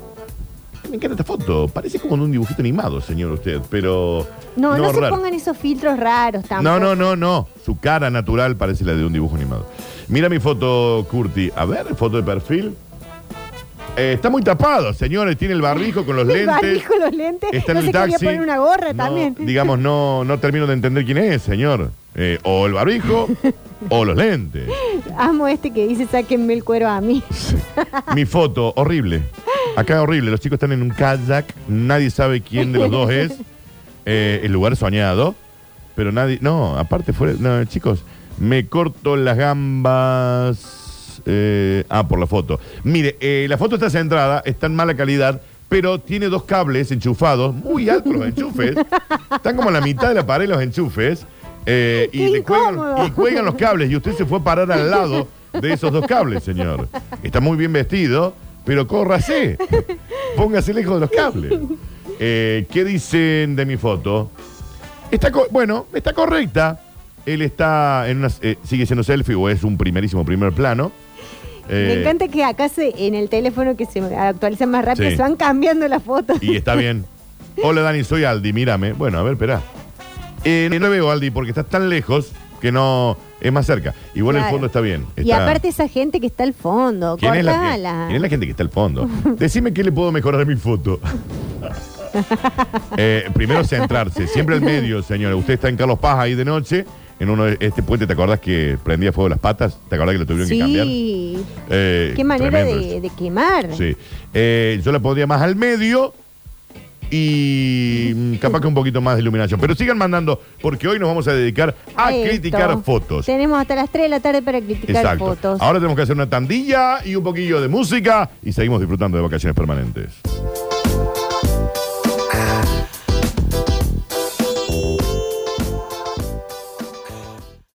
B: Me encanta esta foto. Parece como de un dibujito animado, señor usted, pero.
C: No, no, se
B: raro.
C: pongan esos filtros raros tampoco.
B: No, no, no, no. Su cara natural parece la de un dibujo animado. Mira mi foto, Curti. A ver, foto de perfil. Eh, está muy tapado, señores. Tiene el barbijo con los
C: El
B: lentes.
C: barbijo, los lentes.
B: Está en
C: no
B: el
C: se quería
B: taxi.
C: poner una gorra
B: No,
C: también.
B: Digamos, no, no termino de entender quién es, señor. Eh, o el barbijo o los lentes.
C: Amo este que dice, sáquenme el cuero a mí.
B: Mi foto, horrible. Acá horrible. Los chicos están en un kayak. Nadie sabe quién de los dos es. Eh, el lugar soñado. Pero nadie. No, aparte fue. No, chicos, me corto las gambas. eh, ah, por la foto. Mire, eh, la foto está centrada, está en mala calidad, pero tiene dos cables enchufados, muy altos los enchufes. Están como a la mitad de la pared los enchufes. eh, y,
C: Qué
B: le cuelgan,
C: incómodo.
B: y cuelgan los cables. Y usted se fue a parar al lado de esos dos cables, señor. Está muy bien vestido, pero córrase. Póngase lejos de los cables. Eh, ¿Qué dicen de mi foto? Está co- bueno, está correcta. Él está en una, eh, sigue siendo selfie o es un primerísimo primer plano.
C: Me
B: Eh,
C: encanta que acá se, en el teléfono que se actualiza más rápido
B: Sí.
C: se van cambiando las fotos.
B: Y está bien. Hola Dani, soy Aldi, mírame. Bueno, a ver, espera. Eh, no le veo Aldi porque estás tan lejos que no es más cerca. Igual el
C: Claro.
B: fondo está bien.
C: Y
B: está-
C: aparte esa gente que está al fondo,
B: ¿Quién es, la, que-
C: cortala.
B: quién es la gente que está al fondo? Decime qué le puedo mejorar a mi foto. Eh, primero centrarse, siempre al medio, señora. Usted está en Carlos Paz ahí de noche, en uno de este puente, ¿te acordás que prendía fuego las patas? ¿Te acordás que lo tuvieron que cambiar?
C: Sí,
B: Eh,
C: qué manera
B: tremendo eso.
C: de, de quemar.
B: Sí. Eh, yo la pondría más al medio y mm, capaz que un poquito más de iluminación. Pero sigan mandando, porque hoy nos vamos a dedicar a
C: Esto.
B: Ah, criticar fotos.
C: Tenemos hasta las 3 de la tarde para criticar
B: Exacto.
C: fotos.
B: Ahora tenemos que hacer una tandilla y un poquillo de música y seguimos disfrutando de vacaciones permanentes.